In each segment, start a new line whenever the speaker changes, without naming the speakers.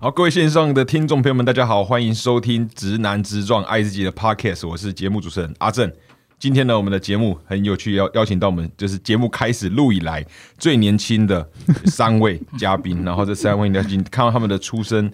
好，各位线上的听众朋友们，大家好，欢迎收听《直男直撞爱自己》的 Podcast，我是节目主持人阿正。今天呢，我们的节目很有趣，邀邀请到我们就是节目开始录以来最年轻的三位嘉宾，然后这三位嘉宾看到他们的出生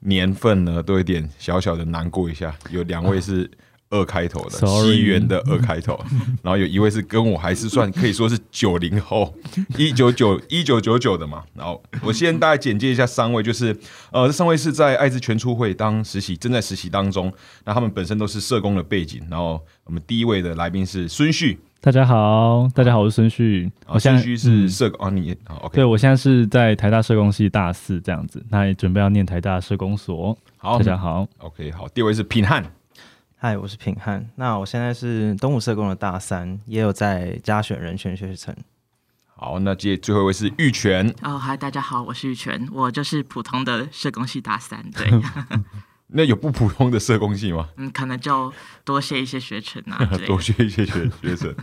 年份呢，都有点小小的难过一下。有两位是二开头的，
Sorry
西元的二开头，然后有一位是跟我还是算可以说是九零后，一九九一九九九的嘛。然后我先大概简介一下三位，就是呃，这三位是在爱知全初会当实习，正在实习当中。那他们本身都是社工的背景。然后我们第一位的来宾是孙旭，
大家好，大家好，我是孙旭。
啊
我现
孙
在
旭是
嗯
社工、啊，你好 OK
对我现在是在台大社工系大四这样子，那也准备要念台大社工所。
好
大家好，
OK 好，第二位是品汉，
嗨，我是品汉。那我现在是东吴社工的大三，也有在加选人选学程。
好，那接最后一位是玉泉。
哦，嗨，大家好，我是玉泉，我就是普通的社工系大三，对，
那有不普通的社工系吗？
嗯，可能就多谢一些学程啊之 类
多
的。
学一些学学生。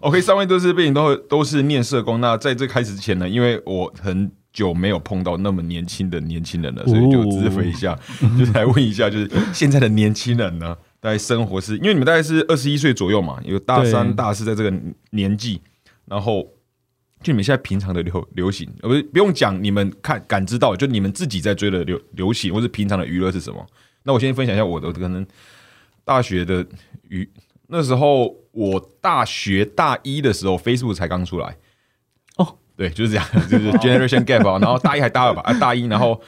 OK，三位都是背景都都是念社工。那在这开始之前呢，因为我很久没有碰到那么年轻的年轻人了，所以就咨询一下， 就是来问一下，就是现在的年轻人呢，大概生活是因为你们大概是二十一岁左右嘛，有大三、
对
大四在这个年纪，然后。就你们现在平常的流流行，呃，不是不用讲，你们看感知到，就你们自己在追的流流行，或是平常的娱乐是什么？那我先分享一下我的可能大学的娱那时候我大学大一的时候，Facebook 才刚出来。
哦，
对，就是这样，就是 Generation Gap 啊。然后大一还大二吧，啊，大一，然后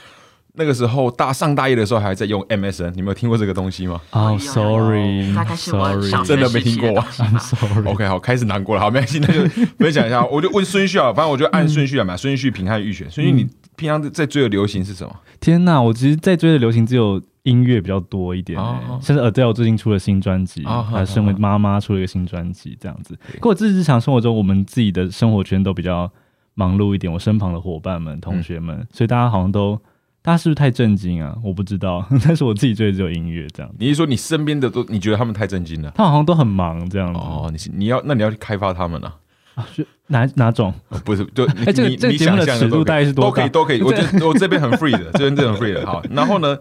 那个时候大上大一的时候还在用 MSN，你们有听过这个东西吗
哦、
有
s o r r y
哎大概是我
sorry，
小学
真的没
时期
听过
东西吧
sorry，
？OK，好，开始难过了，好，没关系，那就分享一下。我就问顺序啊，反正我就按顺序来嘛，顺序、平汉、预选。顺序，你平常在追的流行是什么？
天哪，我其实在追的流行只有音乐比较多一点、欸，
哦哦
像是 Adele 最近出了新专辑，
哦
还有
哦
身为妈妈出了一个新专辑，这样子。可我自己日常生活中，我们自己的生活圈都比较忙碌一点，我身旁的伙伴们、同学们，所以大家好像都，大家是不是太震惊啊？我不知道， 但是我自己追的只有音乐这样子。
你是说你身边的都你觉得他们太震惊了？
他们好像都很忙这样子，
哦，你是你要那你要去开发他们啊？
啊是哪哪种？
哦不是，就你、
哎这个
你
这个
你
节目
想
的
象
尺度
都可以
大概是多
都可以
大
都可以，我觉得我这边很 free 的，这边真的很 free 的。好，然后呢，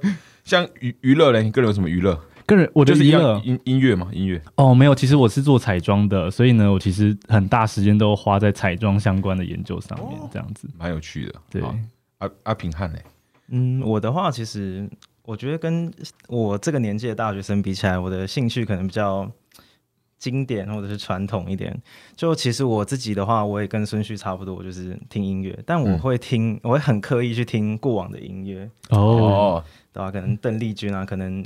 像娱娱乐嘞，你个人有什么娱乐？
个人我觉
就
得
是
娱
一
乐
样音音乐嘛，音乐。
哦，没有，其实我是做彩妆的，所以呢，我其实很大时间都花在彩妆相关的研究上面，
哦
这样子。
蛮有趣的。
对，
好阿阿平汉嘞，
嗯，我的话，其实我觉得跟我这个年纪的大学生比起来，我的兴趣可能比较经典或者是传统一点。就其实我自己的话，我也跟孙旭差不多，我就是听音乐，但我
嗯
会听，我会很刻意去听过往的音乐，
哦，
哦，
对吧、可能邓丽君啊，可能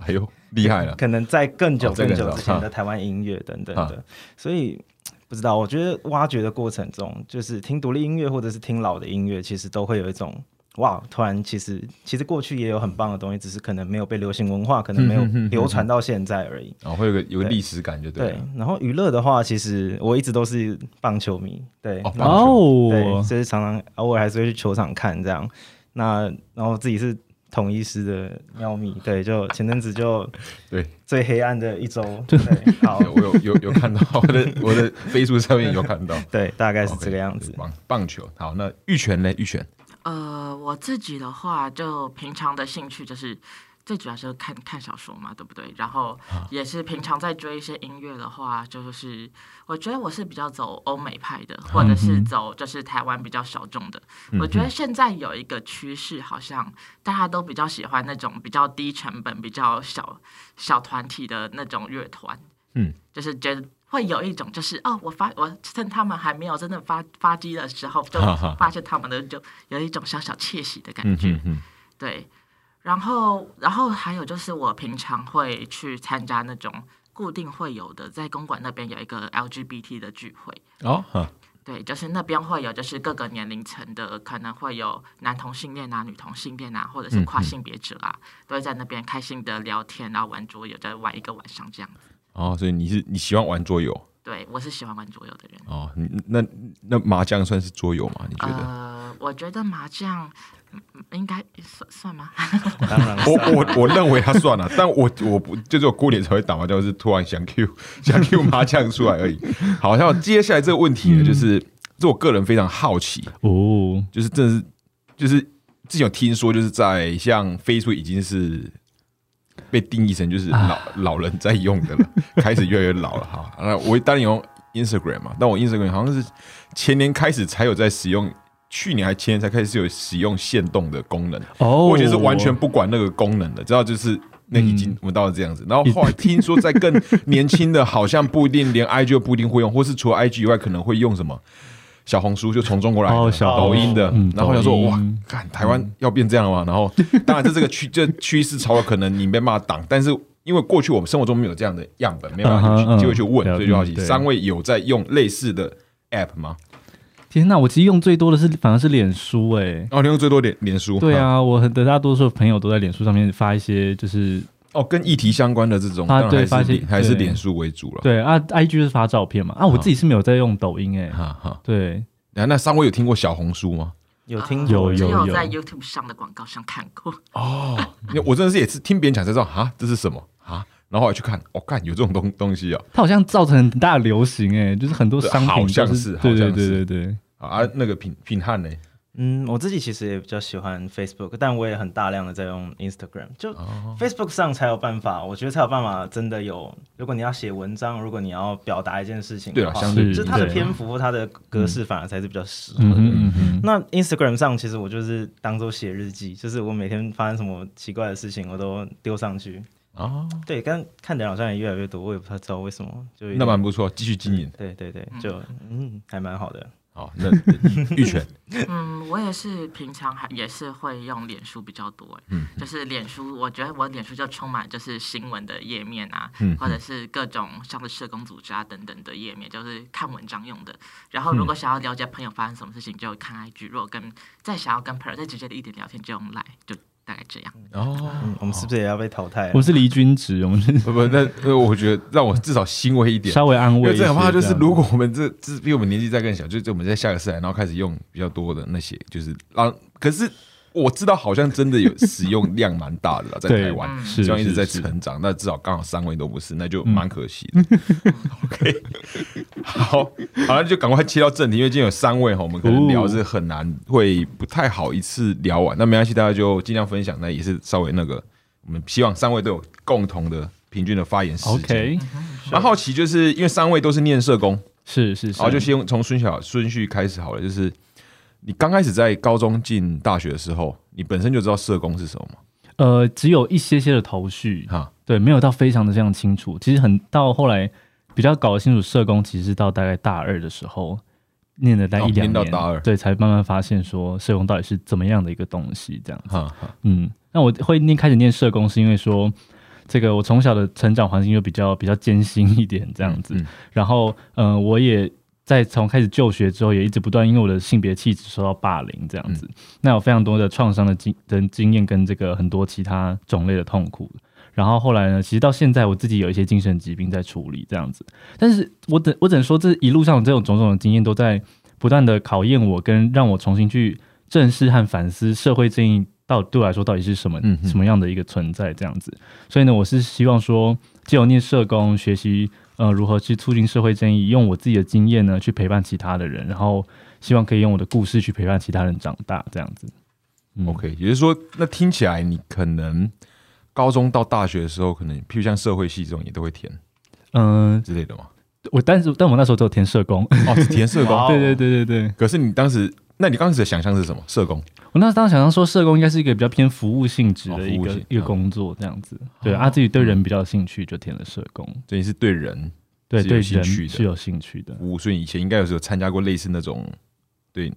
哎呦，厉害了。
可能在更久
哦这个
更
很
久
早
之前的台湾音乐等等
啊
的，所以不知道，我觉得挖掘的过程中，就是听独立音乐或者是听老的音乐，其实都会有一种哇，突然其实其实过去也有很棒的东西，只是可能没有被流行文化可能没有
嗯哼哼哼
流传到现在而已。
哦，会有个有个
对
历史感，就对
对
了。，
然后娱乐的话，其实我一直都是棒球迷，对，
哦
然后对，
哦，
就是常常偶尔还是会去球场看这样。那然后自己是统一师的喵咪，对，就前阵子就
对哦
最黑暗的 一周，对，好，
对我有有有看到 我的我的 Facebook 上面有看到，
对，大 概是
OK，
这个样子
对。棒棒球，好，那玉泉嘞，玉泉
呃，我自己的话，就平常的兴趣就是。最主要是看看小说嘛，对不对？然后
啊
也是平常在追一些音乐的话，就是我觉得我是比较走欧美派的，或者
嗯
是走就是台湾比较小众的。我觉得现在有一个趋势，好像大家都比较喜欢那种比较低成本、比较小小团体的那种乐团。
嗯，
就是觉得会有一种就是哦，我发我趁他们还没有真的发发迹的时候，就
哈哈
发现他们的就有一种小小窃喜的感
嗯
觉。
哼哼，
对，然后然后还有就是我平常会去参加那种固定会有的，在公馆那边有一个 LGBT 的聚会。
哦，哈，
对，就是那边会有，就是各个年龄层的，可能会有男同性恋啊、女同性恋啊，或者是
嗯
跨
嗯
性别者啊，都会在那边开心的聊天，然后玩桌游，在玩一个晚上这样子。
哦，所以你是你喜欢玩桌游
对我是喜欢玩桌游的人。
哦，你那那麻将算是桌游吗？你觉
啊
得？
呃，我觉得麻将嗯应该算算吗？
当然了，
我我我认为他算了，但我我不就是我过年才会打麻将，是突然想 Q 想 Q 麻将出来而已。好，像接下来
嗯
这个问题呢，就是这我个人非常好奇，
哦，
就是真的是就是之前有听说，就是在像 Facebook 已经是被定义成就是老、老人在用的了， 开始越来越老了哈。那我当然用 Instagram 嘛，但我 Instagram 好像是前年开始才有在使用，去年还前年才开始有使用限动的功能。
哦
我以前是完全不管那个功能的，知道就是。那已经闻到了这样子，然后后来听说，在更年轻的，好像不一定 连 IG 都不一定会用，或是除了 IG 以外，可能会用什么小红书，就从中国来的、
哦小
抖
红
音的。
嗯
然后我想
抖
说，
音
哇，看台湾要变这样了吗？然后当然，这这个趋这趋势潮流可能你没办法挡，但是因为过去我们生活中没有这样的样本，没有办法
嗯哼
去
嗯
机会去问，
了解
所以就好奇，
对
三位有在用类似的 app 吗？
天哪，我其实用最多的是反而是脸书哎、
哦，你用最多脸脸书？
对
哈，
啊，我很大多数的朋友都在脸书上面发一些，就是
哦，跟议题相关的这种，
啊
当
对
然还
发
是
现
脸还是
对
脸书为主了。
对啊，IG 是发照片嘛啊，
嗯
我自己是没有在用抖音哎、
哈哈。
对，
啊，那三位有听过小红书吗？
有听
有
过
只
有
在 YouTube 上的广告上看过。
哦，因为我真的是也是听别人讲才知道啊，这是什么啊？然后后来去看，哦，看有这种东东西啊
它好像造成很大的流行哎、就是很多商
好
品
像
都
是
是，
好
对对
像是
对对对，
啊！那个品品汉呢？
嗯，我自己其实也比较喜欢 Facebook，但我也很大量的在用 Instagram。就
哦
Facebook 上才有办法，我觉得才有办法真的有。如果你要写文章，如果你要表达一件事情
对
的
啊
话，
相
对
就是它的
对
篇幅、它的格式反而才是比较实
嗯
惠的。
嗯嗯
那 Instagram 上其实我就是当做写日记，就是我每天发生什么奇怪的事情，我都丢上去。
啊，
对，但看的人好像也越来越多，我也不太知道为什么，就有点
那蛮不错，继续经营。
对对对，就嗯还蛮好的。
好，那玉泉
嗯，我也是平常还也是会用脸书比较多，
嗯
嗯，就是脸书，我觉得我脸书就充满就是新闻的页面啊，
嗯
或者是各种像是社工组织啊等等的页面，就是看文章用的。然后如果想要了解朋友发生什么事情，就看 IG；如果跟再想要跟朋友再直接的一点聊天，就用 Line，就大概这样。
哦，
嗯，我们是不是也要被淘汰
我？们是离均值，我们是
不不，那呃我觉得让我至少欣慰一点，
稍微安
因
慰
为
一些
这
这
很怕
样，
就是如果我们这这比我们年纪再更小，就是我们在下个世代，然后开始用比较多的那些，就是让可是我知道好像真的有使用量蛮大 的啦，在
对
台湾
嗯
是
这样一直
是
在
是嗯
成长，那至少刚好三位都不是，那就蛮可惜的。OK，好，好，那就赶快切到正题，因为今天有三位哈，我们可能聊是很难，会不太好一次聊完，那没关系，大家就尽量分享，那也是稍微那个，我们希望三位都有共同的平均的发言时间。
OK
蛮好奇，就是因为三位都是念社工，
是是是，
然后就先从孙小顺序开始好了。就是你刚开始在高中进大学的时候，你本身就知道社工是什么吗？
呃只有一些些的头绪，
哈，
对，没有到非常的这样清楚。其实很到后来比较搞得清楚社工，其实是到大概大二的时候念了大概
哦
一两
念到
年，
大二
对，才慢慢发现说社工到底是怎么样的一个东西。这样，
哈哈，
嗯，那我会念开始念社工，是因为说这个我从小的成长环境就比较比较艰辛一点这样子。
嗯
然后，嗯、我也在从开始就学之后，也一直不断因为我的性别气质受到霸凌这样子。那有非常多的创伤的经的经验，跟这个很多其他种类的痛苦。然后后来呢，其实到现在我自己有一些精神疾病在处理这样子，但是我只我只能说，这一路上这种种种的经验都在不断的考验我，跟让我重新去正视和反思社会正义到对我来说到底是什么、
嗯哼
什么样的一个存在这样子。所以呢，我是希望说，借由念社工学习，呃，如何去促进社会正义，用我自己的经验呢去陪伴其他的人，然后希望可以用我的故事去陪伴其他人长大这样子。嗯
OK，也就是说，那听起来你可能高中到大学的时候，可能譬如像社会系这种，你都会填
嗯、
之类的嘛？
我但是但我那时候只有填社工，
哦，是填社工。
哇 哦
对对对对对，
可是你当时，那你刚开始的想象是什么？社工
我那时候当时想象说社工应该是一个比较偏服务性质
哦
的
服
一
务
个、
性
一个
嗯
工作这样子，对啊，自己对人比较有兴趣就填了社工，
所以你是对人
对
是有
对
兴
人
趣的
是有兴趣的。
服务，所以你以前应该有时候参加过类似那种对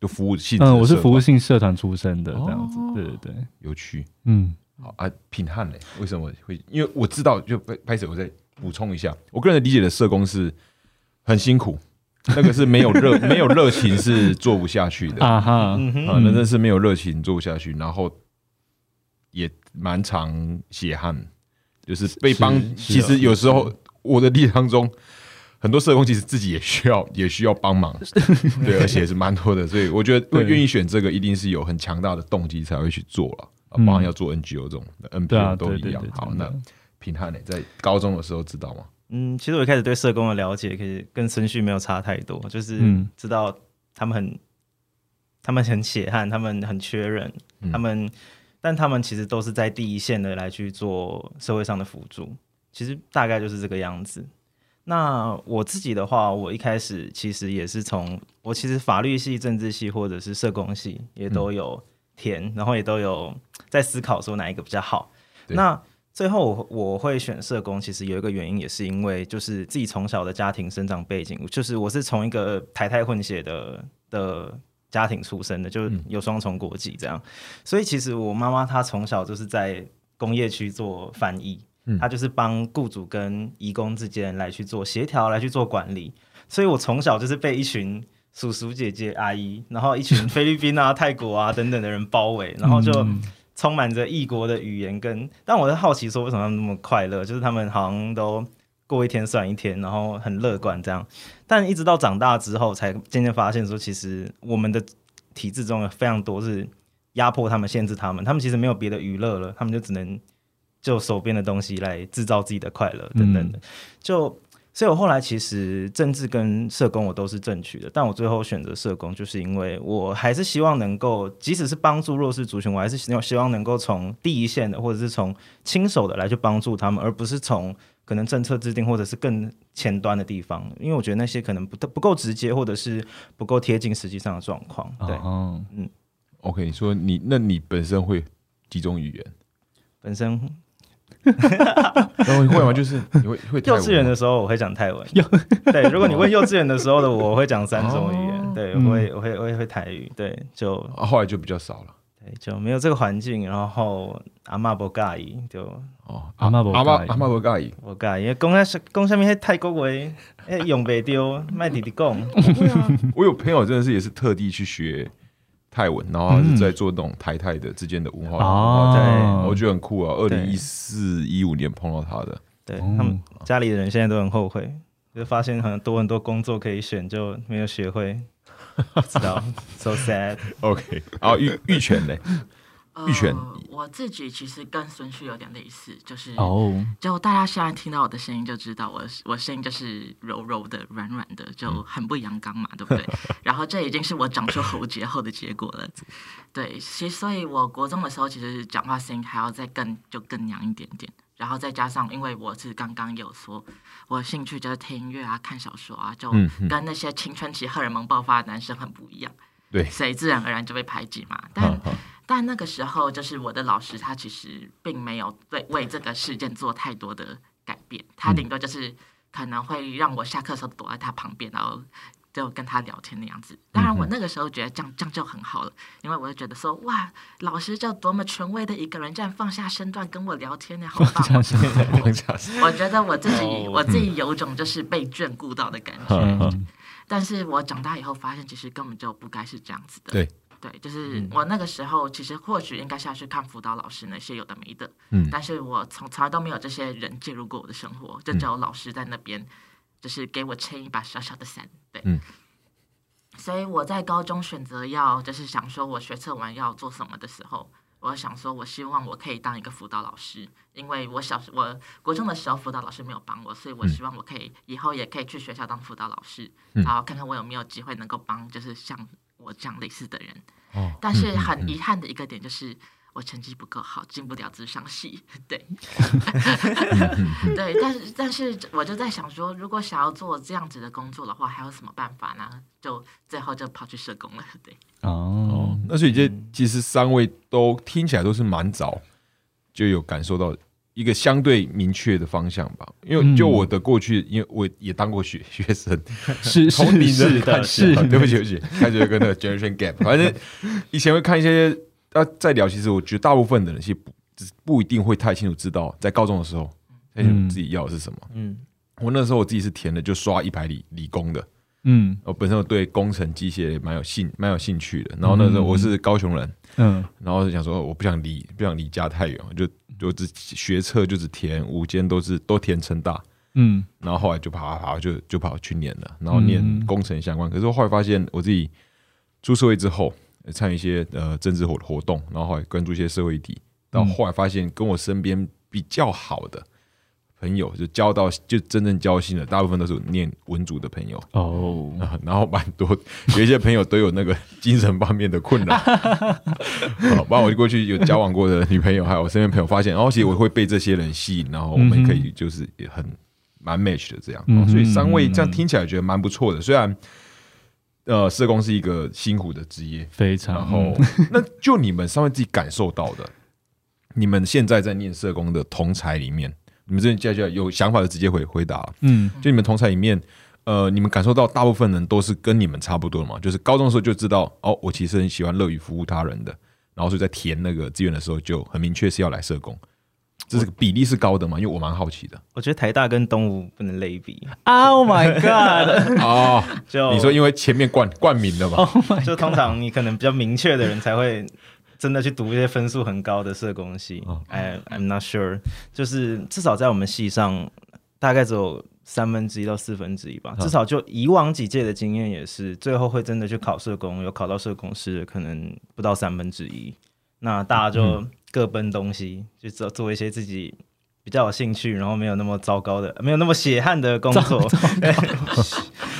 就服务性质的社
嗯，
工。
我是服务性社团出身的，这样子，对对对，
有趣。
哦嗯，
好啊，品汉嘞，为什么会？因为我知道，就拍拍手，我再补充一下，我个人的理解的社工是很辛苦，那个是没有热 没有热情是做不下去的啊，
啊哈，
嗯哼，
那真是没有热情做不下去，然后也蛮常血汗，就是被帮。
是啊
其实有时候我的力当中。很多社工其实自己也需要，也需要帮忙，对，而且也是蛮多的，所以我觉得会
啊对
愿意选这个，一定是有很强大的动机才会去做了，啊包含要做 NGO 这种 NPO
嗯对啊，
都
对
一
对
样
对，。
好，
真
那
的
平汉呢，在高中的时候知道吗？
嗯，其实我一开始对社工的了解，可是跟孙旭没有差太多，就是
嗯
知道他们很他们很血汗，他们很缺人，他们，但他们其实都是在第一线的来去做社会上的辅助，其实大概就是这个样子。那我自己的话，我一开始其实也是从我其实法律系、政治系或者是社工系也都有填，然后也都有在思考说哪一个比较好。
对
那最后我我会选社工，其实有一个原因也是因为就是自己从小的家庭生长背景，就是我是从一个台泰混血的的家庭出生的，就是有双重国籍这样，所以其实我妈妈她从小就是在工业区做翻译，她就是帮雇主跟移工之间来去做协调，来去做管理，所以我从小就是被一群。叔叔、姐姐、阿姨，然后一群菲律宾啊、泰国啊等等的人包围，然后就充满着异国的语言跟，但我是好奇说为什么他们那么快乐，就是他们好像都过一天算一天，然后很乐观这样。但一直到长大之后，才渐渐发现说，其实我们的体制中有非常多是压迫他们、限制他们，他们其实没有别的娱乐了，他们就只能就手边的东西来制造自己的快乐等等的。就所以，我后来其实政治跟社工我都是正取的，但我最后选择社工，就是因为我还是希望能够，即使是帮助弱势族群，我还是希望希望能够从第一线的，或者是从亲手的来去帮助他们，而不是从可能政策制定或者是更前端的地方，因为我觉得那些可能不不够直接，或者是不够贴近实际上的状况。对，
哦，
OK，你说你那你本身会几种语言？
本身
然
哦
后你会吗？就是你会会泰
幼
文
稚园的时候我会 讲泰文，对，如果你问幼稚园的时候的我，我会讲三种语
哦
言，对，
嗯
我会我会我会会台语，对，就
吗，啊后来就比较少了。
对，就没有这个环境，然后阿嬷不介意，就
哦，
阿嬷不
阿
介意
妈阿妈不 介意，
不介意，因为讲那是讲下面泰国话，诶，用袂着，卖弟弟讲，
我有朋友真的是也是特地去学泰文，然后他是在做那种台泰的之间的文化。
嗯哦
然后我觉得很酷啊！二
对
零一四一五年碰到他 的，
对他们
哦
家里的人现在都很后悔，就发现很多很多工作可以选，就没有学会， 不知道，so sad。
OK，然后玉玉泉 嘞，玉泉
呃，我自己其实跟孙旭有点类似，就是
哦，
就大家现在听到我的声音就知道我，我声音就是柔柔的、软软的，就很不阳刚嘛，对不对？然后这已经是我长出喉结后的结果了。对，其实所以我国中的时候，其实讲话声音还要再更就更娘一点点。然后再加上，因为我是刚刚有说，我的兴趣就是听音乐啊、看小说啊，就
嗯嗯
跟那些青春期荷尔蒙爆发的男生很不一样，
对，
所以自然而然就被排挤嘛。但
哈哈
但那个时候，就是我的老师，他其实并没有对为这个事件做太多的改变，
嗯
他顶多就是可能会让我下课的时候躲在他旁边，然后就跟他聊天那样子。当
嗯
然，我那个时候觉得这样这样就很好了，因为我就觉得说，哇，老师就多么权威的一个人，这样放下身段跟我聊天呢，好棒
放
哦！
下哦嗯手
我觉得我自己我自己有种就是被眷顾到的感
嗯
觉
嗯。
但是我长大以后发现，其实根本就不该是这样子的。
对嗯
对，就是我那个时候，其实或许应该是要去看辅导老师那些有的没的，
嗯
但是我从从来都没有这些人介入过我的生活，
嗯
就只有老师在那边，就是给我撑一把小小的伞，对，
嗯
所以我在高中选择要就是想说我学测完要做什么的时候，我想说我希望我可以当一个辅导老师，因为我小我国中的时候辅导老师没有帮我，所以
嗯
我希望我可以以后也可以去学校当辅导老师，然后看看我有没有机会能够帮就是像我这样类似的人。
哦
但是很遗憾的一个点就是。我成绩不够好，进不了智商系。 对， 对，但是但是我就在想说，如果想要做这样子的工作的话，还有什么办法呢？就最后就跑去社工了。 对，
哦，
那所以这其实三位都听起来都是蛮早就有感受到一个相对明确的方向吧。因为
嗯
就我的过去，因为我也当过学学生，
是
从你
是
这
是
看
的，
起
是
来，对不起对不起，开始跟那个 generation gap，反 正以前会看一些啊在聊，其实我觉得大部分的人其实不不一定会太清楚知道，在高中的时候，太清楚自己要的是什么。
嗯，
我那时候我自己是填的，就刷一排理理工的，
嗯
我本身我对工程机械也蛮有兴蛮有兴趣的。然后那时候我是高雄人，
嗯
然后就想说我不想离不想离家太远，我就就只学测就只填五间都是都填成大，
嗯
然后后来就爬爬爬就就跑去念了，然后念
嗯
工程相关。可是我后来发现我自己出社会之后，呃参与一些呃政治活活动，然后后来关注一些社会议题，然后后来发现跟我身边比较好的朋友，就交到就真正交心的，大部分都是念文组的朋友。
哦，
啊， 然后蛮多，有一些朋友都有那个精神方面的困扰。 好，包括我过去有交往过的女朋友，还有我身边朋友发现，然、哦后其实我会被这些人吸引，然后我们可以就是也很蛮 match 的这样。
嗯
哦
嗯哼
所以三位
嗯哼
这样听起来觉得蛮不错的，虽然呃，社工是一个辛苦的职业，
非常。
然后
嗯
那就你们三位自己感受到的，你们现在在念社工的同才里面，你们这接下来有想法就直接回回答了。
嗯，
就你们同才里面，呃，你们感受到大部分人都是跟你们差不多的嘛？就是高中的时候就知道，哦，我其实很喜欢乐于服务他人的，然后所以在填那个志愿的时候就很明确是要来社工，这是个比例是高的嘛？因为我蛮好奇的。
我觉得台大跟东吴不能类比，
，Oh my God，
哦，
就
你说因为前面冠冠名的
哦
嘛？
就通常你可能比较明确的人才会真的去读一些分数很高的社工系。哎、I'm not sure，就是至少在我们系上，大概只有三分之一到四分之一吧。至少就以往几届的经验也是，最后会真的去考社工，有考到社工师的可能不到三分之一。那大家就各奔东西，就做做一些自己。比较有兴趣，然后没有那么糟糕的，没有那么血汗的工作。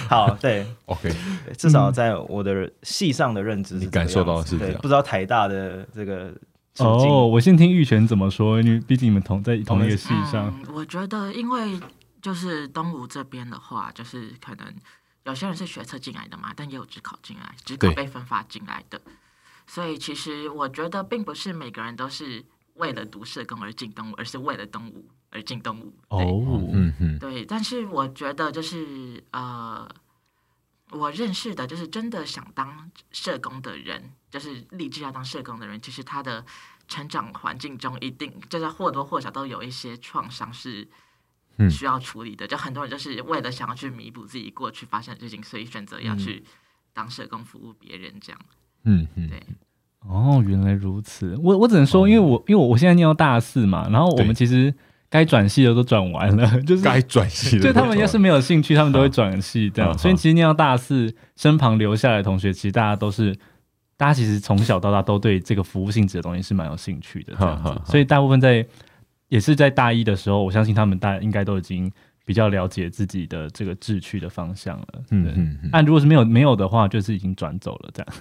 好，对，
，OK，
对至少在我的系上的认知是
你
这个样子，
感受到的是这样
对不知道台大的这个处 境。
哦，我先听玉泉怎么说，因为毕竟你们同在同一个系上，
嗯，我觉得因为就是东吴这边的话，就是可能有些人是学测进来的嘛，但也有职考进来，职考
对
被分发进来的，所以其实我觉得并不是每个人都是为了读社工而进东吴，而是为了东吴而进东吴。对
哦，
嗯哼，
对，但是我觉得就是呃，我认识的就是真的想当社工的人，就是立志要当社工的人，其实他的成长环境中一定就是或多或少都有一些创伤是
嗯
需要处理的。就很多人就是为了想要去弥补自己过去发生的事情，所以选择要去当社工服务别人这样。
嗯哼，
对，
哦，原来如此。我我只能说，因为我因为我我现在念到大四嘛，然后我们
对
其实该转系的都转完了， 就是
该转系的，
就他们要是没有兴趣，他们都会转系这
嗯
样。
嗯
所以其实念到大四，身旁留下来的同学，其实大家都是，大家其实从小到大都对这个服务性质的东西是蛮有兴趣的这样
嗯嗯
子
嗯。
所以大部分在也是在大一的时候，我相信他们大家应该都已经比较了解自己的这个志趣的方向了。
嗯
对。
嗯嗯，
但如果是没有没有的话，就是已经转走了这样。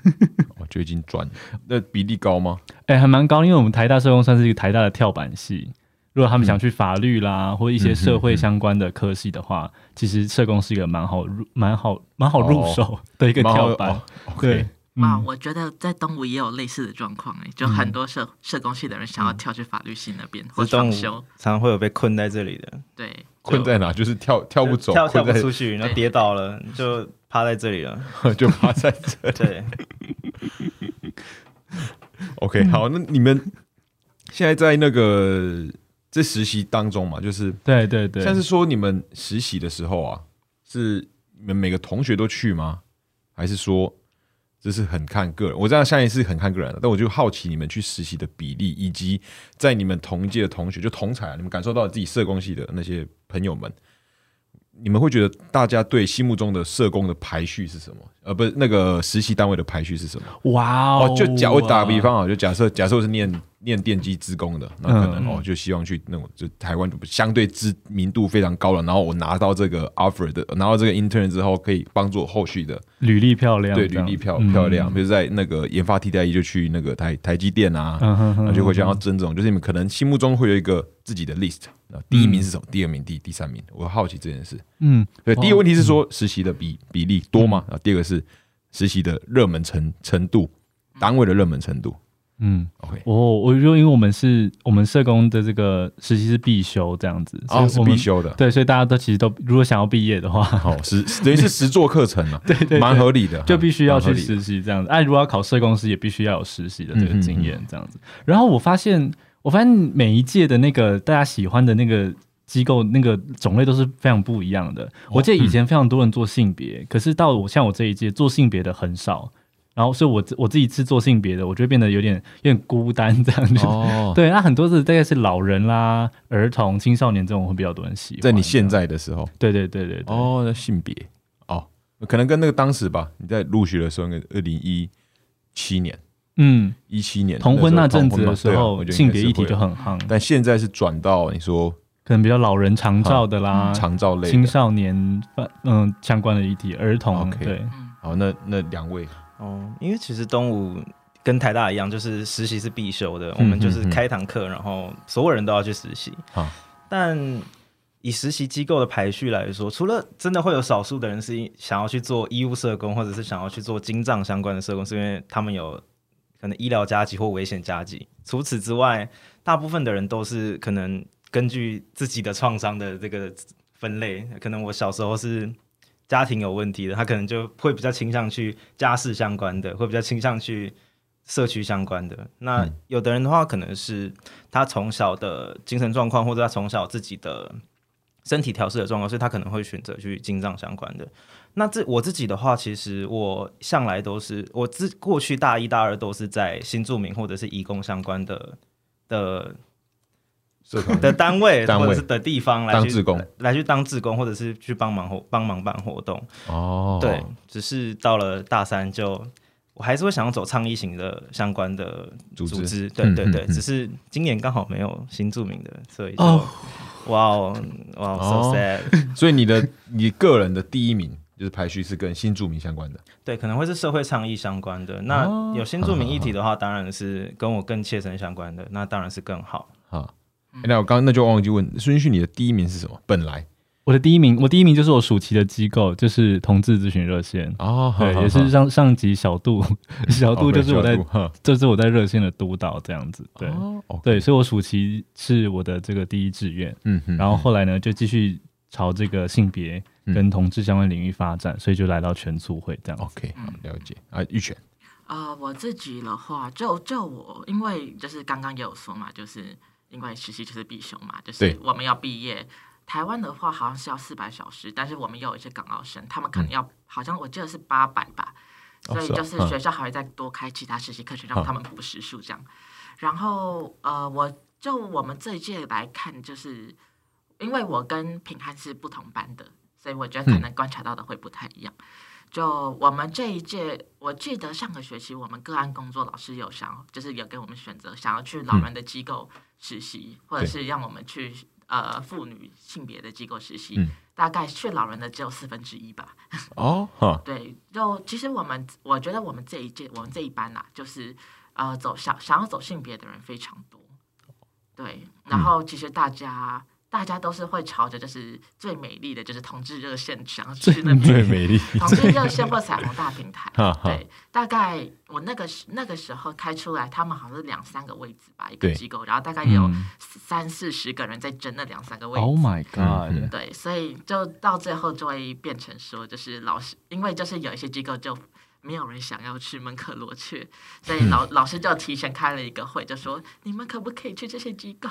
我哦就已经转了，那比例高吗？
哎、还蛮高，因为我们台大社工算是一个台大的跳板系。如果他们
嗯
想去法律啦，或一些社会相关的科系的话，其实社工是一个蛮好入、蛮好、蛮好入手的一个
哦蛮好
跳板。
哦，OK
对，
哇，哦
嗯，
我觉得在东吴也有类似的状况哎、就很多社、社工系的人想要跳去法律系那边、或
是动
双
物
修
常，常会有被困在这里的，
对。
困在哪？就是跳跳不走，
跳跳
困
不
在
出去，然后跌倒了就趴在这里了。
就趴在 这。
对，
OK，好，那你们现在在那个这实习当中嘛，就是
对对对，
像是说你们实习的时候啊，是你们每个同学都去吗？还是说这是很看个人？我知道下一次很看个人了，但我就好奇你们去实习的比例，以及在你们同一届的同学，就同才啊、你们感受到自己社工系的那些朋友们，你们会觉得大家对心目中的社工的排序是什么？呃，不是那个实习单位的排序是什么？
哇
哦，就假我打
哇
个比方啊，就假设假设我是念念电机职工的，那可能、
嗯
哦就希望去那种就台湾相对知名度非常高了，然后我拿到这个 offer 的，拿到这个 intern 之后，可以帮助我后续的
履历漂亮，
对
这
履
样
历漂
嗯
漂亮，比如在那个研发替代役就去那个台台积电啊，
嗯哼
然后
哼，
就会想要争这种，就是你们可能心目中会有一个自己的 list，那第一名是什么？第二名、第第三名，我好奇这件事。
嗯，
对，
哦
第一个问题是说实习的比比例多吗？啊，第二个是实习的热门程程度，单位的热门程度。
嗯。
OK，
哦，我就因为我们是我们社工的这个实习是必修这样子，所以
哦，是
我们
必修的，
对，所以大家都其实都如果想要毕业的话，
好是等于是实作课程啊，对
对对
蛮合理的，
就必须要去
蛮合理的
实习这样子。哎、如果要考社工师，也必须要有实习的这
嗯嗯
个经验这样子。然后我发现，我发现每一届的那个大家喜欢的那个机构那个种类都是非常不一样的。我
嗯
记得以前非常多人做性别，可是到我像我这一届做性别的很少。然后，所以我自我自己是做性别的，我就会变得有点有点孤单这样子。
哦。
对，那很多是大概是老人啦、儿童、青少年这种会比较多人喜欢。
在你现在的时候，
对对对对对，
哦，那性别哦，可能跟那个当时吧，你在入学的时候，应该二零一七年，
嗯，
一七年
同婚那阵子
时候
的时
同婚嘛对啊
候，
我觉得应
性
该
别
是
议题
会
就很夯。
但现在是转到你说
可能比较老人长照的啦，
长照嗯类
啊青
的。
少年犯嗯相关的议题，儿童
OK
对，
嗯，
好，那那两位
哦，因为其实东吴跟台大一样，就是实习是必修的，我们就是开堂课，然后所有人都要去实习
啊。
但以实习机构的排序来说，除了真的会有少数的人是想要去做医务社工，或者是想要去做精障相关的社工，是因为他们有可能医疗加急或危险加急。除此之外，大部分的人都是可能根据自己的创伤的这个分类，可能我小时候是家庭有问题的，他可能就会比较倾向去家事相关的，会比较倾向去社区相关的。那
嗯
有的人的话，可能是他从小的精神状况，或者他从小自己的身体调试的状况，所以他可能会选择去进藏相关的。那这我自己的话，其实我向来都是我自过去大一大二都是在新住民或者是移工相关的的
社团
的单位
单位
或者是的地方来
当
去
志工
来去当志工，或者是去帮忙活帮忙办活动。
哦，
对，只是到了大三就，我还是会想要走倡议型的相关的
组织
织，对
嗯
对
嗯
对，
嗯
只是今年刚好没有新著名的，所以就
哦
哇哦哇
哦
哦，so sad，
所以你的你个人的第一名就是排序是跟新住民相关的，
对，可能会是社会倡议相关的。那有新著名议题的话，当然是跟我更切身相关的，那当然是更 好。
哈。
嗯
诶那我刚刚那就忘记问孙旭，你的第一名是什么？本来
我的第一名，我第一名就是我暑期的机构，就是同志咨询热线，
哦
对，也是上上级 小度，小度就是我在，
哈
这是我在热线的督导这样子，对
哦，OK，
对，所以我暑期是我的这个第一志愿，
嗯嗯哼，
然后后来呢就继续朝这个性别跟同志相关领域发展，所以就来到全促会这样子。
OK，好，
嗯
了解啊，玉泉，
呃，我自己的话，就就我，因为就是刚刚也有说嘛，就是因为实习就是必修嘛，就
对
是我们要毕业。台湾的话好像是要四百小时，但是我们也有一些港澳生，他们可能要、好像我记得是八百吧，
嗯哦
所以
是啊
就是
嗯
学校还会再多开其他实习课程
嗯
让他们补时数这样。然后呃，我就我们这一届来看，就是因为我跟品汉是不同班的，所以我觉得
嗯
可能观察到的会不太一样。就我们这一届，我记得上个学期我们个案工作老师有想，就是有给我们选择，想要去老
嗯
人的机构实习，或者是让我们去呃妇女性别的机构实习。
嗯
大概去老人的只有四分之一吧。
哦，哈，
对，就其实我们，我觉得我们这一届，我们这一班啦、啊就是呃，走想想要走性别的人非常多。对，
嗯
然后其实大家、大家都是会朝着就是最美丽的，就是同志热线想要去那边
最美丽，
同志热线或彩虹大平台
哈。哈
对，大概我那个时那个时候开出来，他们好像是两三个位置吧，一个
对
机构，然后大概有
嗯
三四十个人在争那两三 个位置。
Oh my
嗯嗯
god！
对，所以就到最后就会变成说，就是老师，因为就是有一些机构就没有人想要去门可罗雀，所 以老老师就提前开了一个会，就说你们可不可以去这些机构？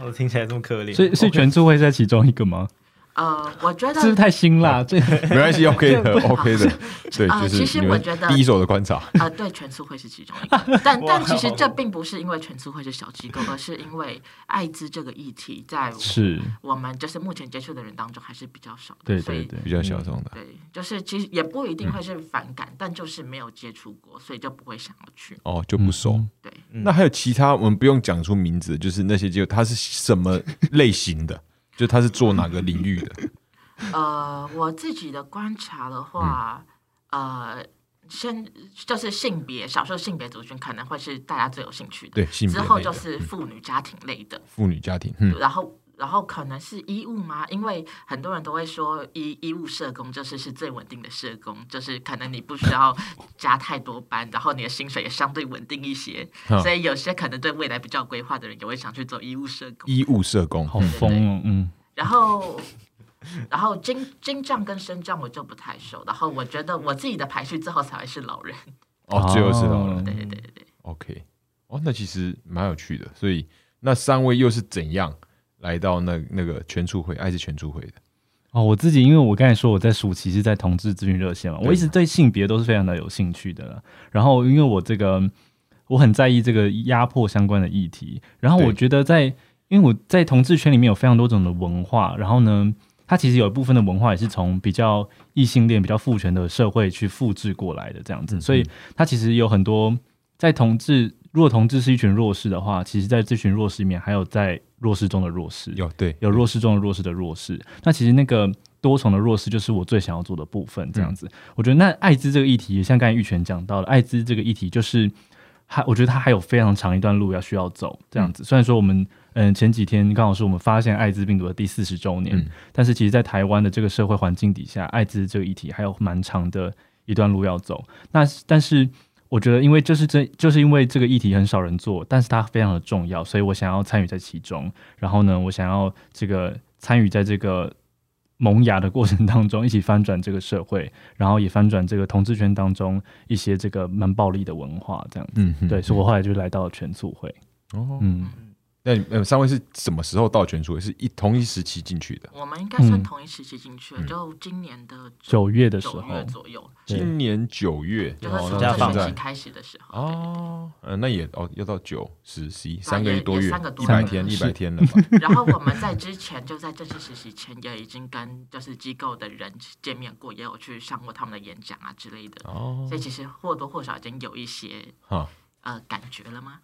我哦听起来这么可怜，
所以所以全促会在其中一个吗？
呃，我觉
是不是
得。
太辛辣？这
没关 系，OK 的，OK 的，对，
啊
就
其
是
实
你
我
们
觉得
第一手的观 察，
呃，对，全促会是其中一个， 但但其实
哦
这并不是因为全促会是小机构，而是因为艾滋这个议题在
是
我们就是目前接触的人当中还是比较少的，
对
所以
对对，
比较小众的，
对，就是其实也不一
嗯
定会是反感，但就是没有接触过，所以就不会想要去。
哦，就不熟。
对，
那还有其他，我们不用讲出名字，就是那些就它是什么类型的，就它是做哪个领域的？
呃，我自己的观察的话，
嗯
呃，先就是性别，少数性别族群可能会是大家最有兴趣的。
对，性别
之
类
后
的，嗯
就是妇女家庭类的，
妇女家庭，嗯，
然后然后可能是医务吗？因为很多人都会说医医务社工就是是最稳定的社工，就是可能你不需要加太多班，然后你的薪水也相对稳定 一些，
嗯
所以有些可能对未来比较有规划的人也会想去做医务社工。
医务社工，
好疯哦，嗯，
然后，然后金金帐跟升帐我就不太熟。然后我觉得我自己的排序最后才会是老人。
哦，最后是老人
哦
对对对对对。
，OK，哦，那其实蛮有趣的。所以那三位又是怎样来到那那个全促会，爱是全促会的？
哦，我自己因为我刚才说我在暑期是在同志咨询热线嘛，
对
我一直对性别都是非常的有兴趣的啦。然后因为我这个我很在意这个压迫相关的议题，然后
对
我觉得在因为我在同志圈里面有非常多种的文化，然后呢，它其实有一部分的文化也是从比较异性恋、比较父权的社会去复制过来的这样
嗯
子，所以它其实有很多在同志，如果同志是一群弱势的话，其实在这群弱势里面还有在弱势中的弱势，
有对
有弱势中的弱势的弱势。那其实那个多重的弱势就是我最想要做的部分，这样子。我觉得那艾滋这个议题，像刚才玉泉讲到的，艾滋这个议题就是还我觉得它还有非常长一段路要需要走，这样子。虽然说我们嗯前几天刚好是我们发现艾滋病毒的第四十周年，
嗯
但是其实，在台湾的这个社会环境底下，艾滋这个议题还有蛮长的一段路要走。那但是我觉得，因为就是这就是因为这个议题很少人做，但是它非常的重要，所以我想要参与在其中。然后呢，我想要这个参与在这个萌芽的过程当中，一起翻转这个社会，然后也翻转这个同志圈当中一些这个蛮暴力的文化，这样子。
嗯哼
对，所以我后来就来到了全促会。
哦，
嗯，
那你呃三位是什么时候到全处？是一同一时期进去的？
我们应该算
嗯
同一时期进去的，就今年的
九月的时
九
候
月，左右，
对
今年九月，
就是
哦
暑
那
假
假
到
放
学
现
期
在
开始的时候。
哦，呃，那也哦，要到九、十、十一三
也
个月多
也
月
三个，多
一百
月
天，一
是
百天了吧？
然后我们在之前就在正式实习前也已经跟就是机构的人见面过，也有去上过他们的演讲啊之类的，
哦，
所以其实或多或少已经有一些
哈，
呃感觉了吗？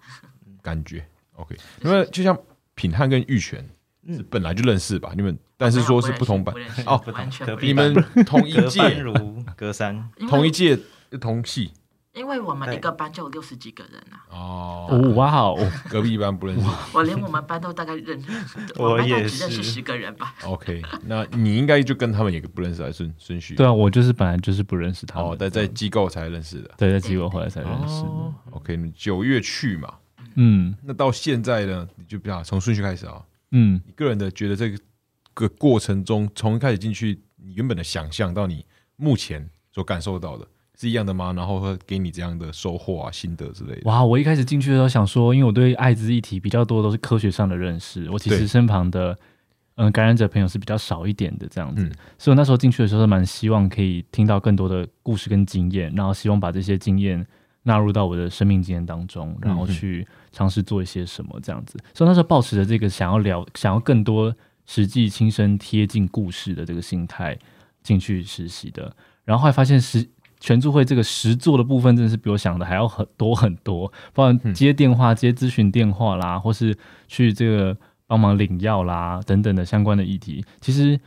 感觉 OK。因为就像品汉跟玉泉
嗯
是本来就认识吧？你们但是
哦没有
说是
认识
不同版
不认识
哦
完全
隔
不
壁
你
认识
们同一
隔班
届，
如隔山，
嗯
因为
同一届同系
因为我们
对
一个班就有六十几个人啊，
哦
哦，
哇哦，
隔壁一班不认识。
我连我们班都大概认识，
我
们班大概
也
只认
是
识十个人吧。
OK，那你应该就跟他们也不认识啊，顺顺序
对啊，我就是本来就是不认识他们
哦，
啊的，
但在机构才认识的。
对在机构后来才认识的。
哦 OK，你九月去嘛？
嗯
那到现在呢，你就比较从顺序开始啊。
嗯，
你个人的觉得这个个过程中，从一开始进去，你原本的想象到你目前所感受到的是一样的吗？然后会给你这样的收获啊、心得之类的。
哇，我一开始进去的时候想说，因为我对艾滋议题比较多都是科学上的认识，我其
对
实身旁的嗯、感染者朋友是比较少一点的这样子，
嗯
所以我那时候进去的时候是蛮希望可以听到更多的故事跟经验，然后希望把这些经验纳入到我的生命经验当中，然后
嗯哼
去尝试做一些什么这样子。所以那时候抱持着这个想要聊、想要更多实际亲身贴近故事的这个心态进去实习的，然后后来发现实。全助会这个实做的部分，真的是比我想的还要很多很多，
嗯
包括接电话、接咨询电话啦，或是去这个帮忙领药啦等等的相关的议题，其实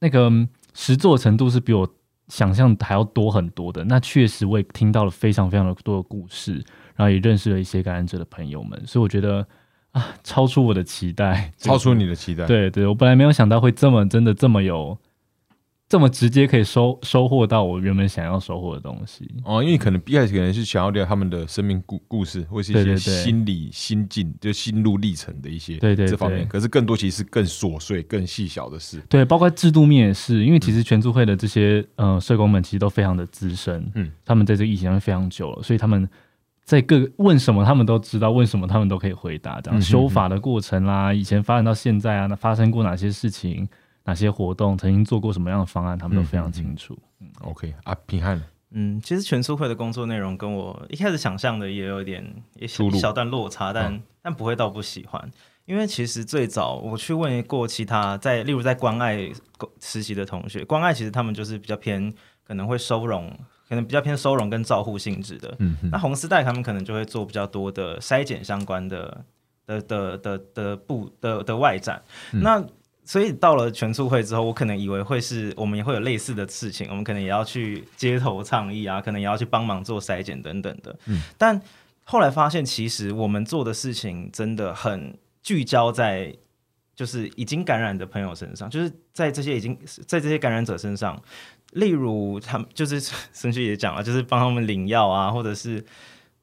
那个嗯实做程度是比我想象还要多很多的。那确实我也听到了非常非常的多的故事，
嗯
然后也认识了一些感染者的朋友们，所以我觉得啊，超出我的期待，
超出你的期待。，
对对，我本来没有想到会这么真的这么有。这么直接可以收收获到我原本想要收获的东西，
哦，因为可能一开始可能是想要聊他们的生命故故事，或是一
对
些
对对
心理心境，就心路历程的一些
对对
这方面。
对
可是更多其实是更琐碎、更细小的事。
对，包括制度面也是，因为其实
嗯
全助会的这些呃社工们其实都非常的资深，
嗯
嗯，他们在这个疫情上面非常久了，所以他们在各个问什么他们都知道，问什么他们都可以回答。这
嗯
样、
哼
修法的过程啦，以前发展到现在啊，那发生过哪些事情，哪些活动，曾经做过什么样的方案，他们都非
嗯嗯
常
嗯
清楚。
OK 啊，平汉
嗯，其实全书会的工作内容跟我一开始想象的也有一点也小
出入嗯
小段落差，但、但不会到不喜欢，因为其实最早我去问过其他在例如在关爱实习的同学，关爱其实他们就是比较偏可能会收容，可能比较偏收容跟照护性质的，
嗯
那红丝带他们可能就会做比较多的筛检相关的的的的的部的的外展。
嗯
那所以到了全促会之后，我可能以为会是我们也会有类似的事情，我们可能也要去街头倡议啊，可能也要去帮忙做筛检等等的。但后来发现，其实我们做的事情真的很聚焦在。就是已经感染的朋友身上，就是在这些已经在这些感染者身上，例如他们就是 孙旭也讲了，就是帮他们领药啊，或者是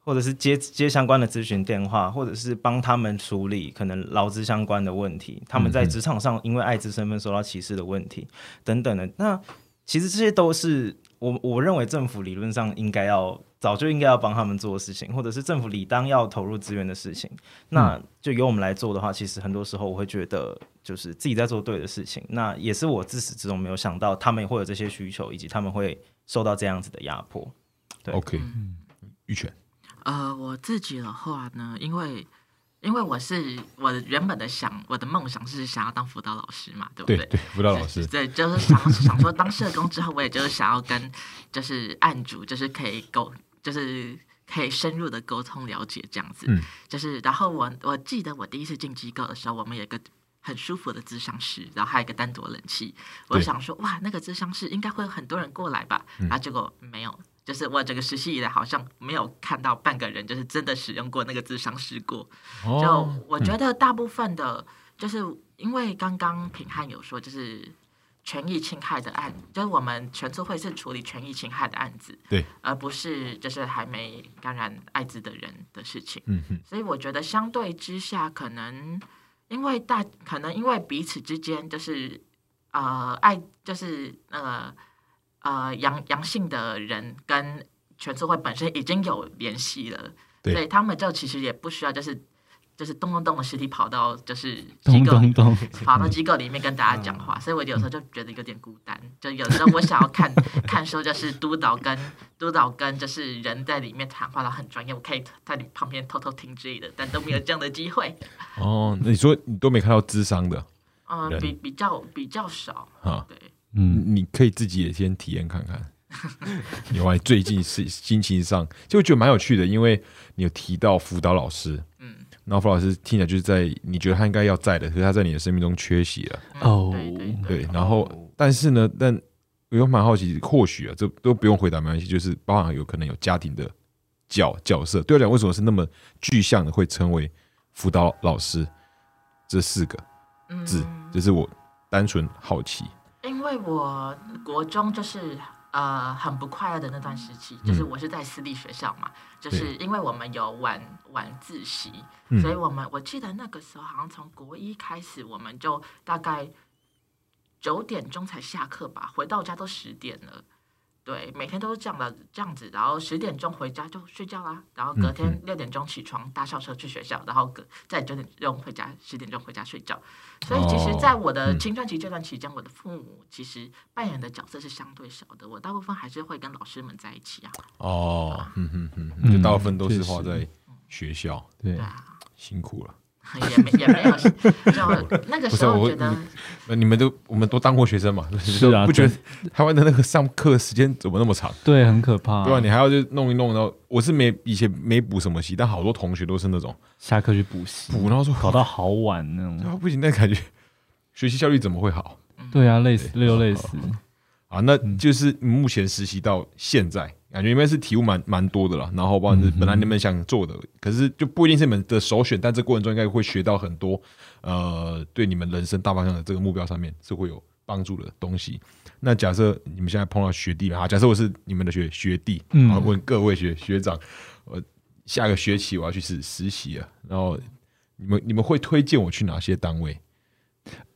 或者是接接相关的咨询电话，或者是帮他们处理可能劳资相关的问题，他们在职场上因为艾滋身份受到歧视的问题等等的。那其实这些都是我我认为政府理论上应该要早就应该要帮他们做的事情，或者是政府理当要投入资源的事情。那就由我们来做的话，其实很多时候我会觉得就是自己在做对的事情。那也是我自始至终没有想到他们会有这些需求，以及他们会受到这样子的压迫。对
，OK，玉泉
呃，我自己的话呢，因为因为我是我原本的想我的梦想是想要当辅导老师嘛，对不
对对，辅导老师
对，就是想想说当社工之后，我也就是想要跟就是案主，就是可以沟，就是可以深入的沟通了解这样子。
嗯
就是然后我我记得我第一次进机构的时候，我们有一个。很舒服的智商室，然后还有一个单独的冷气。我
对嗯
想说，哇，那个智商室应该会有很多人过来吧？然后结果没有，就是我整个实习以来好像没有看到半个人，就是真的使用过那个智商室过。就
哦，
我觉得大部分的，就是因为刚刚平汉有说，就是权益侵害的案，就是我们全促会是处理权益侵害的案子，
对，
而不是就是还没感染艾滋的人的事情。
嗯哼，
所以我觉得相对之下，可能因为大，可能因为彼此之间就是呃爱，就是呃呃阳阳性的人跟全社会本身已经有联系了，
对
所以他们就其实也不需要就是就是咚咚咚的实体跑到就是机
嗯
咚
构
咚咚，
跑到机构里面跟大家讲话，所以我有时候就觉得有点孤单。就有时候我想要看看书，就是督导跟督导跟就是人在里面谈话，然后很专业，我可以在你旁边偷偷听之类的，但都没有这样的机会。
哦，那你说你都没看到智商的，
嗯、
人
比比较比较少
啊。
对，
嗯，
你可以自己也先体验看看。 有啊，最近是心情上就觉得蛮有趣的，因为你有提到辅导老师，
嗯，
然后辅导老师听起来就是在你觉得他应该要在的，可是他在你的生命中缺席了，
嗯
哦
对对对，哦
对。然后，但是呢，但我又蛮好奇，或许啊，这都不用回答，没关系，就是包含有可能有家庭的角角色，对我来讲，啊为什么是那么具象的会成为辅导老师这四个
嗯
字，这是我单纯好奇。
因为我国中就是呃很不快乐的那段时期，就是我是在私立学校嘛，就是因为我们有晚晚自习，
嗯
所以我们我记得那个时候好像从国一开始，我们就大概九点钟才下课吧，回到家都十点了。对，每天都是这样的这样子，然后十点钟回家就睡觉啦，然后隔天六点钟起床搭校车去学校，然后隔再九点钟回家，十点钟回家睡觉。所以其实，
哦
在我的
嗯
青春期这段期间，我的父母其实扮演的角色是相对少的，我大部分还是会跟老师们在一起啊。
哦，嗯哼哼，
嗯
就大部分都是
确实
花在学校，
对
对，啊，
辛苦了。
也没也没有，就 那个时候
不是我
觉得，
那你们都我们都当过学生嘛，
是啊
不觉得台湾的那个上课时间怎么那么长？
对，很可怕。
对吧、你还要就弄一弄，然后我是没以前没补什么习，但好多同学都是那种
下课去补习，
补，然后说
搞到嗯好晚那种。
啊不行，那感觉学习效率怎么会好
对啊，累死，累又累死。
啊？那就是目前实习到现在，感觉应该是题目蛮蛮多的了，然后包括是本来你们想做的，可是就不一定是你们的首选，但这过程中应该会学到很多，呃，对你们人生大方向的这个目标上面是会有帮助的东西。那假设你们现在碰到学弟啊，假设我是你们的学学弟，
嗯
啊，问各位学学长，我下个学期我要去实实习了，然后你们你们会推荐我去哪些单位？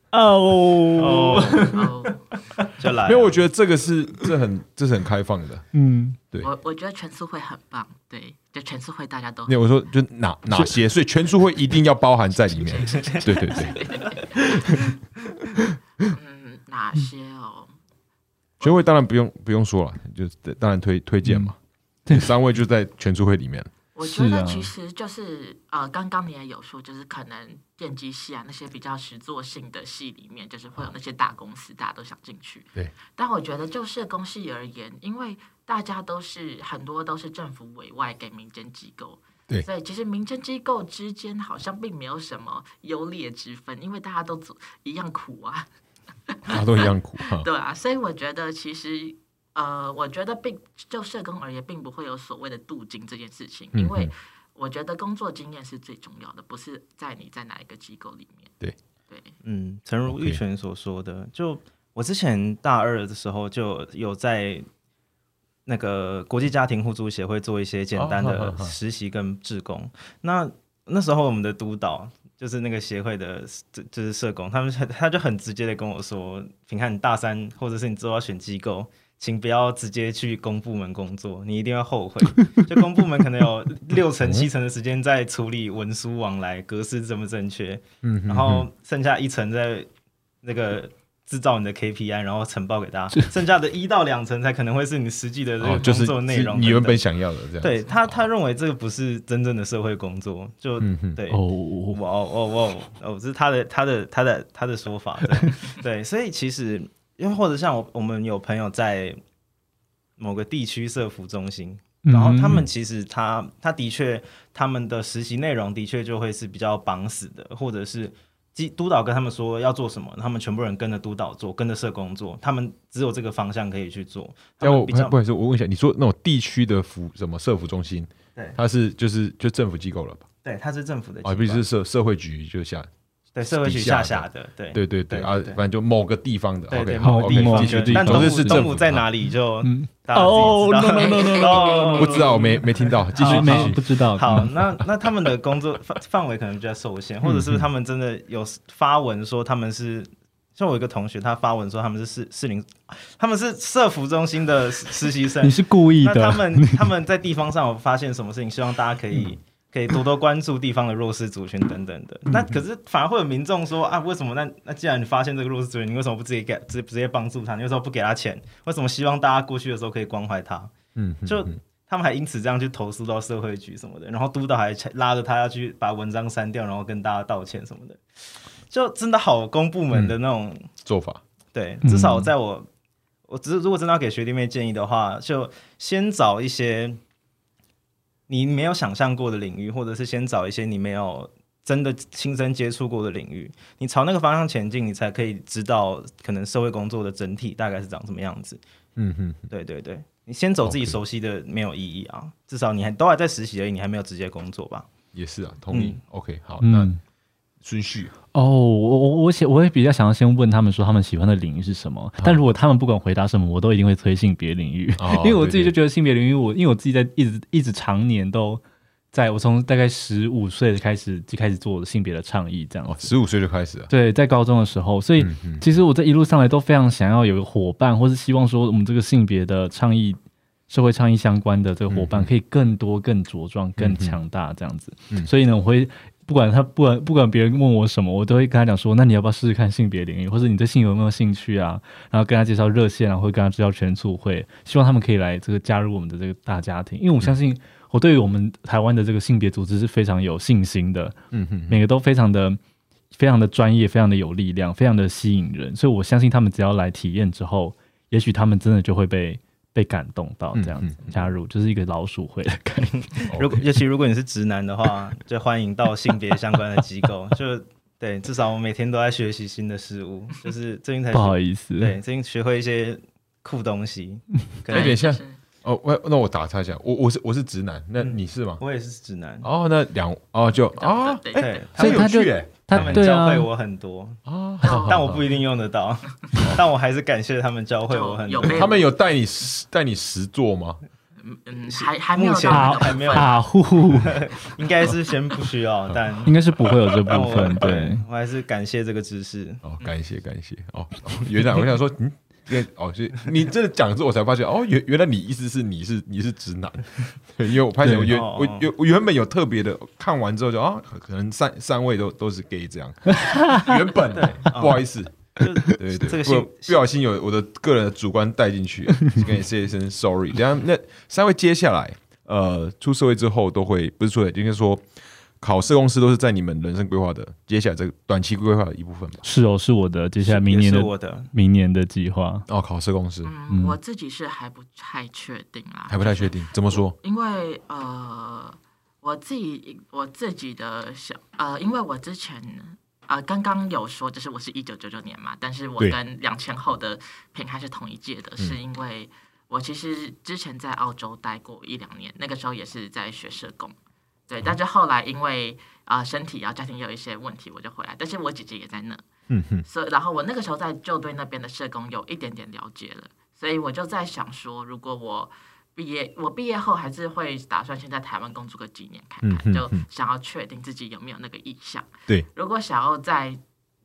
哦，
哦，
嗯
哦，
就来了，
没有，我觉得这个是这很这是很开放的。
嗯，
对
我我觉得全速会很棒，对，就全速会大家都
那我说就哪哪些，所以全书会一定要包含在里面。 对对对，
嗯哪些哦，
全会当然不用不用说了，就是当然推推荐嘛。
嗯
对
三位就在全书会里面。
我觉
是
得
啊
其实就是呃，刚刚你也有说，就是可能电机系啊那些比较实作性的系里面，就是会有那些大公司，大家都想进去。
对。
但我觉得就社工系而言，因为大家都是很多都是政府委外给民间机构。
对
所以其实民间机构之间好像并没有什么优劣之分，因为大家都走一样苦啊。
大家都一样 苦哈。
对啊，所以我觉得其实呃，我觉得并就社工而言，并不会有所谓的镀金这件事情，因
嗯
为我觉得工作经验是最重要的，不是在你在哪一个机构里面。
对
对，
嗯，诚如
OK
玉泉所说的，就我之前大二的时候就有在那个国际家庭互助协会做一些简单
哦好
的
好好
实习跟志工。那那时候我们的督导就是那个协会的，就就是社工，他们他就很直接的跟我说：“平看你大三或者是你之后要选机构。”请不要直接去公部门工作，你一定会后悔。就公部门可能有六 成七成的时间在处理文书往来、格式正不正确，
嗯哼
然后剩下一层在那个制造你的 KPI，然后呈报给大家，剩下的一到两层才可能会是你实际的这
哦
个
就
工
是
作内容等等、
你原本想要的这样。
对他他认为这个不是真正的社会工作，就、
嗯哼
对。
哦，
哇哦哦哇哦哦，这是他的他的他的他的说法，对 对，所以其实因为或者像我我们有朋友在某个地区社服中心，然后他们其实他他的确他们的实习内容的确就会是比较绑死的，或者是基督导跟他们说要做什么，他们全部人跟着督导做，跟着社工做，他们只有这个方向可以去做。他
要
们
哎我
比
不
较
好意思，我问一下，你说那种地区的服什么社服中心，
对
它是就是就政府机构了吧？
对，他是政府的
啊，
机
不
关
是社社会局就下，
对社会
底
局
下
下
的
辖的，对
对对对
对
啊，
对对
反正就某个地方的
对对
，OK，
某
好
个
，OK，
地方
继
的
续继续，
但
总
东
之是
武
政
东
府
武在
啊
哪里就
嗯
大家自己
哦
知道
，no no no no no no，
不知道，我没没听到，继续
啊
继
没不
续。
知道，
好，
嗯
那那他们的工作范范围可能比较受限，或者是不是他们真的有发文说他们是，像我有一个同学，他发文说他们是市市林，他们是社服中心的实实习生
你，是故意
那
的
他，们他们在地方上有发现什么事情，希望大家可
嗯
以。可以多多关注地方的弱势族群等等的，那可是反而会有民众说啊，为什么那那既然你发现这个弱势族群，你为什么不直接给直直接帮助他？你为什么不给他钱？为什么希望大家过去的时候可以关怀他？
嗯，嗯
就他们还因此这样去投诉到社会局什么的，然后督导还拉着他要去把文章删掉，然后跟大家道歉什么的，就真的好公部门
嗯
的那种。
做法，
对，
嗯
至少在我，我只是如果真的要给学弟妹建议的话，就先找一些你没有想象过的领域，或者是先找一些你没有。真的亲身接触过的领域，你朝那个方向前进，你才可以知道可能社会工作的整体大概是长什么样子。
嗯嗯，
对对对，你先走自己
OK
熟悉的没有意义啊，至少你还都还在实习而已，你还没有直接工作吧？
也是啊，同意
嗯。
OK，好，那
嗯。
顺序
哦，我我我想我也比较想要先问他们说他们喜欢的领域是什么，但如果他们不管回答什么，我都一定会推性别领域，
哦
因为我自己就
对对
觉得性别领域，我因为我自己在一直一直常年都在我从大概十五岁开始就开始做性别的倡议这样
哦，
子，
十五岁就开始了，
对，在高中的时候，所以
嗯嗯
其实我在一路上来都非常想要有个伙伴，或是希望说我们这个性别的倡议、社会倡议相关的这个伙伴，可以更多、更茁壮、更强大这样子。
嗯
所以呢，我会不管他不管不管别人问我什么，我都会跟他讲说，那你要不要试试看性别领域，或者你对性有没有兴趣啊？然后跟他介绍热线啊，然后会跟他介绍全促会，希望他们可以来这个加入我们的这个大家庭，因为我相信。我对于我们台湾的这个性别组织是非常有信心的，
嗯嗯，
每个都非常的、非常的专业，非常的有力量，非常的吸引人，所以我相信他们只要来体验之后，也许他们真的就会被被感动到，
嗯
这样子、
嗯嗯
加入就是一个老鼠会的概念。
OK
如果尤其如果你是直男的话， 就欢迎到性别相关的机构。就对，至少我每天都在学习新的事物，就是最近才
不好
学
意思，
对，最近学会一些酷东西。可
有
能
点像
就是
哦，我那我打岔一下，我我是我是直男，那
嗯
你是吗？
我也是直男，
哦，那两哦就啊，
对
哎，
对，
所以
很有
他就哦
趣哎
他
们
对
教
啊
会，我很多，
啊，
但我不一定用得到， 但我还是感谢他们教会我很
有
多。
被
他们有带你带你实做吗？
嗯，还还没有
目前
到那个
还没有
部分
啊呼呼，
应该是先不需要，但
应该是不会有这
但
哦部
我
分。对，
我还是感谢这个知识。
哦，感谢感谢哦，哦原来我想说，嗯，因为哦，是你这讲之后我才发现，哦，原原来你意思是你是你是直男， 对，因为我发现我
对
原
哦
我原我原本有特别的，看完之后就啊，可能三三位都都是 gay 这样，原本不好意思，
就
对对，
这
不
个性
不小心有我的个人的主观带进去，跟你 say 一声 sorry。等一下那三位接下来，呃，出社会之后都会不是出社会，应该说考社公司都是在你们人生规划的接下来这个短期规划的一部分吧。
是哦，是我的接下来明
也
年
是
的
我的，
明年的计划。
哦，考社公司
嗯，我自己是还不太确定啦，
还不太确定，怎么说？
因为呃，我自己我自己的小呃，因为我之前呃刚刚有说，就是我是一九九九年嘛，但是我
对
跟两千后的品牌是同一届的，是因为我其实之前在澳洲待过一两年，那个时候也是在学社工，对，但是后来因为啊、呃身体啊家庭也有一些问题，我就回来，但是我姐姐也在那，
嗯哼，
所以然后我那个时候在就对那边的社工有一点点了解了，所以我就在想说，如果我毕业，我毕业后还是会打算先在台湾工作个几年看看，
嗯哼
就
嗯
想要确定自己有没有那个意向。
对，
如果想要在，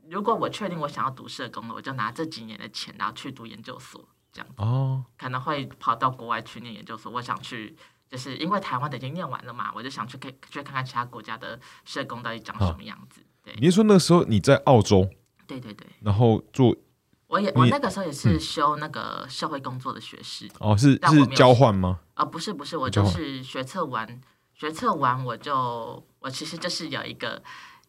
如果我确定我想要读社工了，我就拿这几年的钱，然后去读研究所，
哦，
可能会跑到国外去念研究所。我想去。就是因为台湾的已经念完了嘛，我就想去看去看看其他国家的社工到底长什么样子。对
你是说那个时候你在澳洲，
对对对，
然后做
我也我
你
那个时候也是修那个社会工作的学士，
哦是
但我没
是
有
交换吗？
啊，不是不是，我
交
就
换
是学测完，学测完我就我其实就是有一个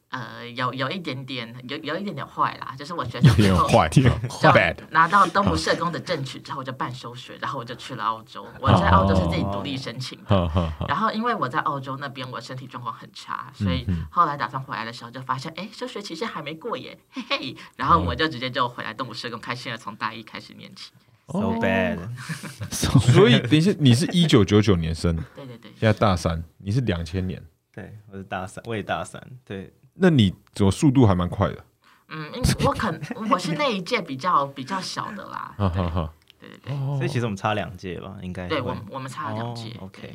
呃有有一点点有有一点点坏啦，就是我学生
有
之
点
后
坏
天
就
bad，
拿到东吴社工的证取之后，我就办休学，然后我就去了澳洲。我在澳洲是自己独立申请的。
好好好，
然后因为我在澳洲那边我身体状况很差，所
嗯
以后来打算回来的时候就发现，哎，休学期限还没过耶，嘿
哦
嘿。然后我就直接就回来动物社工，开心的从大一开始念起。
哦
so bad，
所以等一下，你是一九九九年生，
对对对，
现在大三，你是两千年，
对，我是大三，我也大三，对，
那你怎么速度还蛮快的？
嗯，因为 我可能我是那一届比较比较小的啦。
哈哈哈。
对对对，
哦
所以其实我们差两届吧，应该
哎
对
会
我们我们差了两届
哦。，OK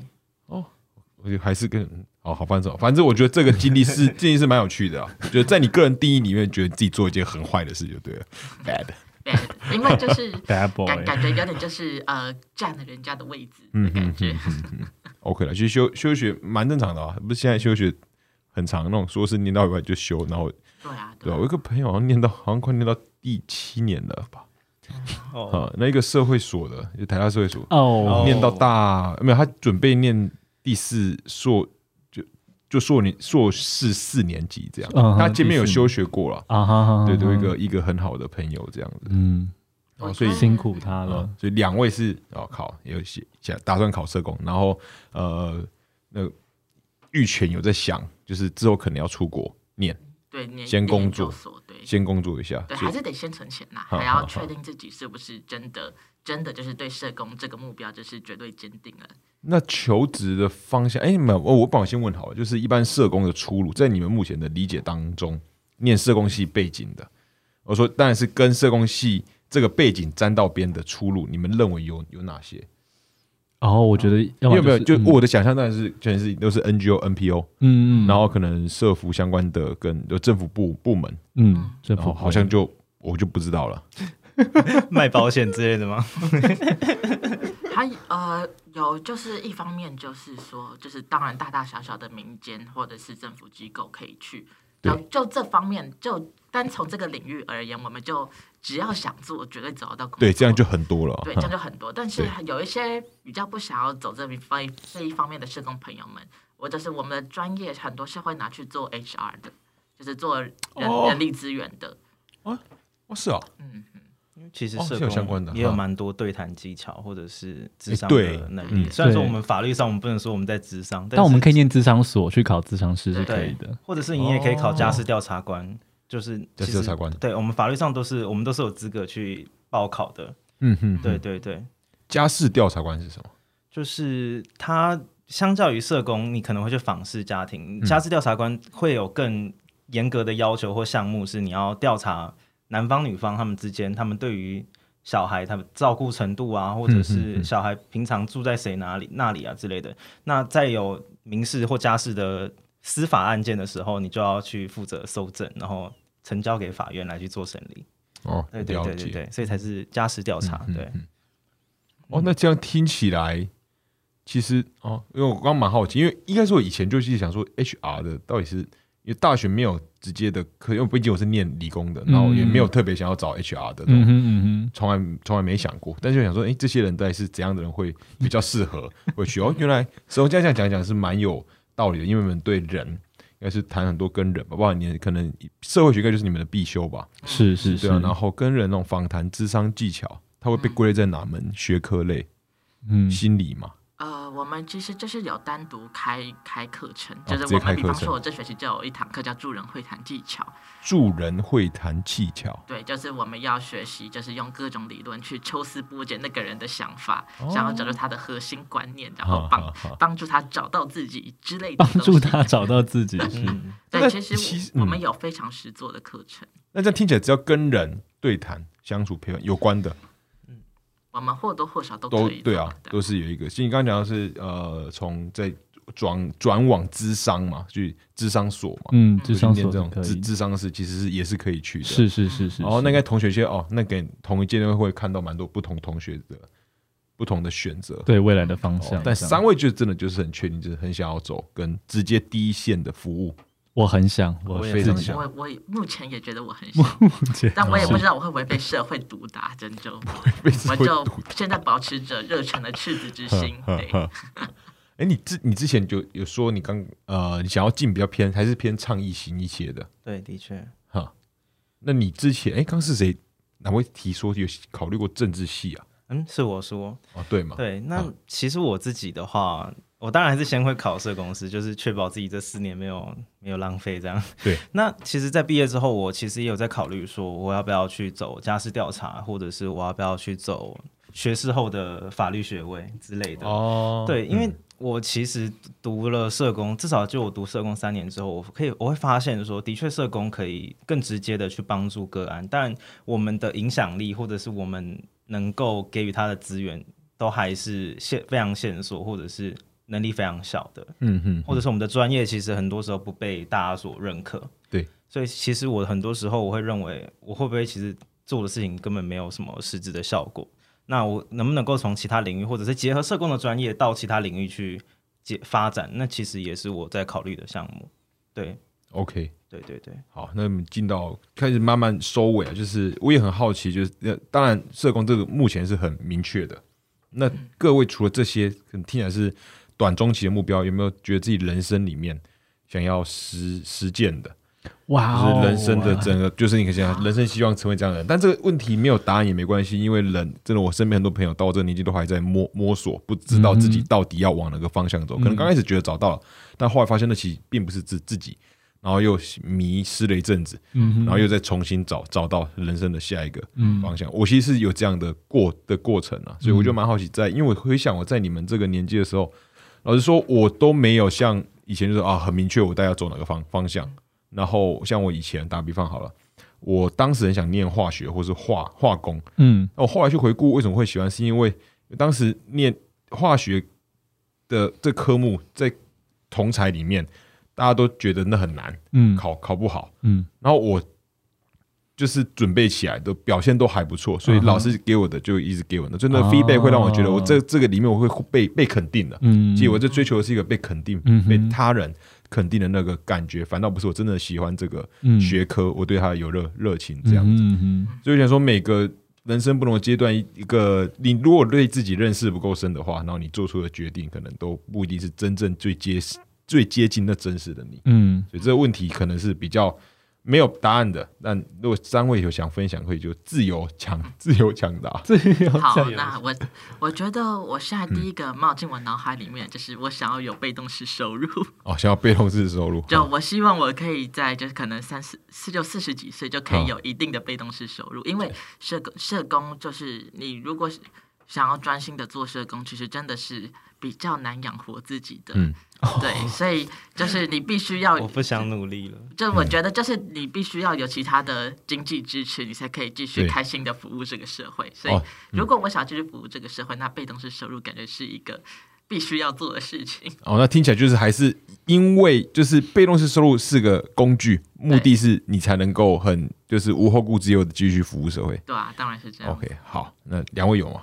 我就还是跟哦好好，反正反正我觉得这个经历是 经历是蛮有趣的啊，就是在你个人定义里面，觉得自己做一件很坏的事就对了，bad。
对，对因为就是
Bad boy
感感觉有点就是呃占了人家的位置的
嗯
感觉。
OK 了，其实休休学蛮正常的啊，不是现在休学很长，那种说是念到一半就休，然后
对啊，
对
对
吧、
啊
我有一个朋友好像念到好像快念到第七年了吧，
哦，
啊，那一个社会所的，就台大社会所，
哦，
念到大没有，他准备念第四硕，就就硕年硕士四年级这样。
嗯哼
他前面有
第四
休学过了，
啊哈哈，
对，对，一
哈
个一个很好的朋友这样子。
嗯，
哦所以
辛苦他了
嗯，所以两位是哦考有写想打算考社工，然后呃那个玉泉有在想，就是之后可能要出国念，
对，念
先
念研
工作
究所对。
先工作一下。
对，
所
还
以
是得先存钱呐，
好
还
好
要
好
确定自己是不是真的真的就是对社工这个目标就是绝对坚定了。
那求职的方向，哎、没有，哦我帮我先问好了，就是一般社工的出路，在你们目前的理解当中，念社工系背景的，我说当然是跟社工系这个背景沾到边的出路，你们认为有有哪些？
然哦后我觉得要
因
么
为没有，
是
就
嗯
我的想象当然是全是都是 NGO、NPO，
嗯嗯，
然后可能社服相关的跟就政府部部门，
嗯，这
然后哦好像就我就不知道了。
卖保险之类的吗？
还呃有就是一方面就是说，就是当然大大小小的民间或者是政府机构可以去，
对
就就这方面就单从这个领域而言，我们就只要想做，绝对找得到工作。
对，这样就很多了。
对，
哈
这样就很多。但是
对
有一些比较不想要走这一方这一方面的社工朋友们，或者是我们的专业很多是会拿去做 HR 的，就是做人、
哦
人力资源的。
哦是啊，
嗯，嗯
因为其实
哦
社
是有相关的
工也有
哈
蛮多对谈技巧或者是智
诶
商
对
的能
嗯
力。虽然说
对
我们法律上我们不能说我们在智商，
但我们
是
可以念智商所去考智商师是
对
可以的，
或者是你也可以考家事调查官，就是
家事
其实
哦调查官
对我们法律上都是我们都是有资格去报考的。
嗯哼，
对对对，
家事调查官是什么？
就是他相较于社工，你可能会去访视家
嗯
庭，家事调查官会有更严格的要求或项目，是你要调查男方女方他们之间，他们对于小孩他们照顾程度啊，
嗯
或者是小孩平常住在谁哪里那里啊之类的。那再有民事或家事的司法案件的时候，你就要去负责搜证，然后呈交给法院来去做审理。
哦，
对对
了
对对
解。嗯
对，所以才是家事调查。对。
哦，那这样听起来，其实哦，因为我刚刚蛮好奇，因为应该是我以前就是想说 HR 的到底是。因为大学没有直接的课，因为毕竟我是念理工的，然后也
嗯
没有特别想要找 HR 的那种
嗯哼嗯
从来从来没想过，但是我想说，哎、这些人到底是怎样的人会比较适合会去？哦，原来所以这样讲讲讲是蛮有道理的，因为我们对人应该是谈很多跟人吧，不然你可能社会学应该就是你们的必修吧，
哼，是是是，
对啊，然后跟人那种访谈、智商技巧，它会被归类在哪门学科类？
嗯
心理嘛，
呃，我们其实就是有单独开开课程，
哦
就
直
是
接
我
开
们比
课
方
程
说，我这学期就有一堂课叫助人会谈技巧，
助人会谈技巧，
对，就是我们要学习，就是用各种理论去抽丝剥茧那个人的想法，
哦
想要找出他的核心观念，然后帮
好好好
帮助他找到自己之类的
帮
东
助
西
他找到自己是，
那
嗯
对，其实
其实
我我
嗯
们有非常实做的课程，
那这样听起来只要跟人对谈、相处、陪伴有关的，
我们或多或少都
都
可以
对
做
啊，
的
都是有一个。其实你刚刚讲的是呃，从在转转往智商嘛，去智商所嘛，
嗯，
就
智
去
商
念
所
这种
可
智
以，
智商是其实是也是可以去的。
是是是是，
哦，那应该同学些哦，那给同一届都会看到蛮多不同同学的不同的选择。
对未来的方向
哦，但
这样
三位就真的就是很确定，就是很想要走跟直接第一线的服务。
我很想，我
我也
非常
很
想
想，
我我也目前也觉得 我很想，但我也不知道我会不会被社会毒打，真 就
被
我
社会
就现在保持着热忱的赤子之心。对，
哎，你之你之前就有说你刚呃，你想要进比较偏还是偏倡议型一些的
对，的确，
哈？那你之前哎，刚是谁哪位提说有考虑过政治系啊？
嗯，是我说，
哦，对嘛，
对，那其实我自己的话，我当然还是先会考社公司，就是确保自己这四年没有没有浪费这样。
对，
那其实，在毕业之后，我其实也有在考虑说，我要不要去走家事调查，或者是我要不要去走学士后的法律学位之类的。
哦，
对，因为我其实读了社工，至少就我读社工三年之后，我可以我会发现说，的确社工可以更直接的去帮助个案，但我们的影响力或者是我们能够给予他的资源，都还是限非常线索，或者是能力非常小的，
嗯哼，
或者是我们的专业其实很多时候不被大家所认可。
对，
所以其实我很多时候我会认为，我会不会其实做的事情根本没有什么实质的效果。那我能不能够从其他领域，或者是结合社工的专业到其他领域去结发展？那其实也是我在考虑的项目。对，
OK，
对，对，对，
好，那我们进到开始慢慢收尾啊，就是我也很好奇，就是呃，当然社工这个目前是很明确的。那各位除了这些，可能听起来是短中期的目标，有没有觉得自己人生里面想要实实践的，就
哇、哦
是人生的整个，就是你可以想，人生希望成为这样的人。但这个问题没有答案也没关系，因为人真的，我身边很多朋友到这个年纪都还在摸摸索，不知道自己到底要往哪个方向走。可能刚开始觉得找到了，但后来发现那其实并不是自自己，然后又迷失了一阵子。
嗯哼
然后又再重新找找到人生的下一个
嗯
方向。我其实是有这样的过的过程啊，所以我就蛮好奇在，因为我回想我在你们这个年纪的时候，老实说，我都没有像以前就是啊很明确我大概要走哪个方方向。然后像我以前打比方好了，我当时很想念化学或是化化工，
嗯
那我后来去回顾为什么会喜欢，是因为当时念化学的这科目在同才里面，大家都觉得那很难，
嗯
考考不好。
嗯
然后我就是准备起来的表现都还不错，所以
嗯哼
老师给我的就一直给我的，就那
哦
feedback 会让我觉得我这这个里面我会被被肯定的。
嗯，
其实我这追求的是一个被肯定、
嗯哼
被他人肯定的那个感觉，反倒不是我真的喜欢这个
嗯
学科，我对它有热热情这样。
嗯嗯
所以我想说，每个人生不同的阶段，一一个你如果对自己认识不够深的话，然后你做出的决定可能都不一定是真正最接最接近那真实的你。
嗯
所以这个问题可能是比较没有答案的。但如果三位有想分享，可以就自由抢 自由抢答。
这有
好，那我我觉得我现在
嗯
第一个冒进我脑海里面，就是我想要有被动式收入。
哦，想要被动式收入，哦
就
好
我希望我可以在就是可能三四四就四十几岁就可
好
以有一定的被动式收入，因为社工社工就是你如果是想要专心的做社工，其实真的是比较难养活自己的。
嗯
对，所以就是你必须 要
我不想努力了。
嗯
就我觉得，就是你必须要有其他的经济支持，你才可以继续
对
开心的服务这个社会。所以
哦，
如果我想继续服务这个社会，那被动式收入感觉是一个必须要做的事情。
哦，那听起来就是还是因为就是被动式收入是个工具，目的是你才能够很就是无后顾之忧的继续服务社会。
对啊，当然是这样。
OK，好，那两位有吗？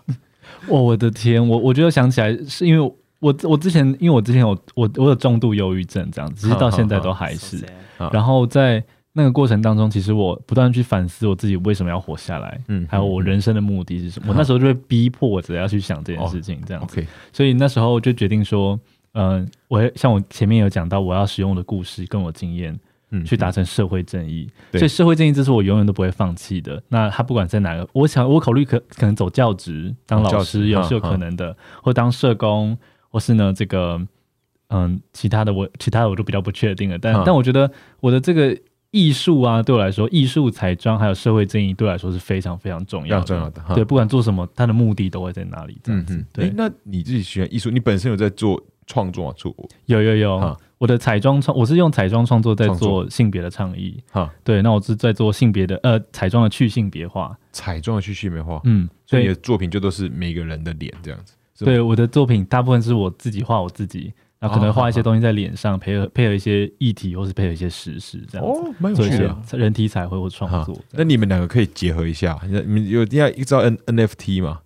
我我的天，我我就想起来，是因为我我之前，因为我之前有我我有重度忧郁症这样子，只是到现在都还
So
是
sad。
好
然后在那个过程当中，其实我不断去反思我自己为什么要活下来，
嗯
嗯，还有我人生的目的是什么。我那时候就会逼迫我自己要去想这件事情，这样子。
OK，
所以那时候就决定说，嗯，我要像我前面有讲到，我要使用我的故事跟我经验
嗯
去达成社会正义。
对
所以社会正义这是我永远都不会放弃的。那他不管在哪个，我想我考虑可可能走教职当
哦教
老
职
师也
哈
是有
哈
可能的，或当社工，或是呢这个嗯其他的我其他的我就比较不确定了。但、
哈
但我觉得我的这个。艺术啊，对我来说，艺术、彩妆还有社会正义，对我来说是非常非常重
非
要
常
的。
重要的哈。
对，不管做什么，它的目的都会在哪里。这样
嗯
子，
嗯，
对
诶那你自己喜欢艺术，你本身有在做创作啊？做
有有有，
哈
我的彩妆创，我是用彩妆创作在
创作
做性别的倡议。
哈
对，那我是在做性别的呃彩妆的去性别化。
彩妆的去续美化，
嗯，
所以你
对
的作品就都是每个人的脸这样子。是吗
对，我的作品大部分是我自己画我自己，然后可
哦
能画
好
一些东西在脸上，配合配合一些议题，或是配合一些实事这样子。
哦，蛮有
做一
趣的
些
啊。
人体彩绘或创
哈
作，
那你们两个可以结合一下，你你们有一定要知道 N NFT 嘛？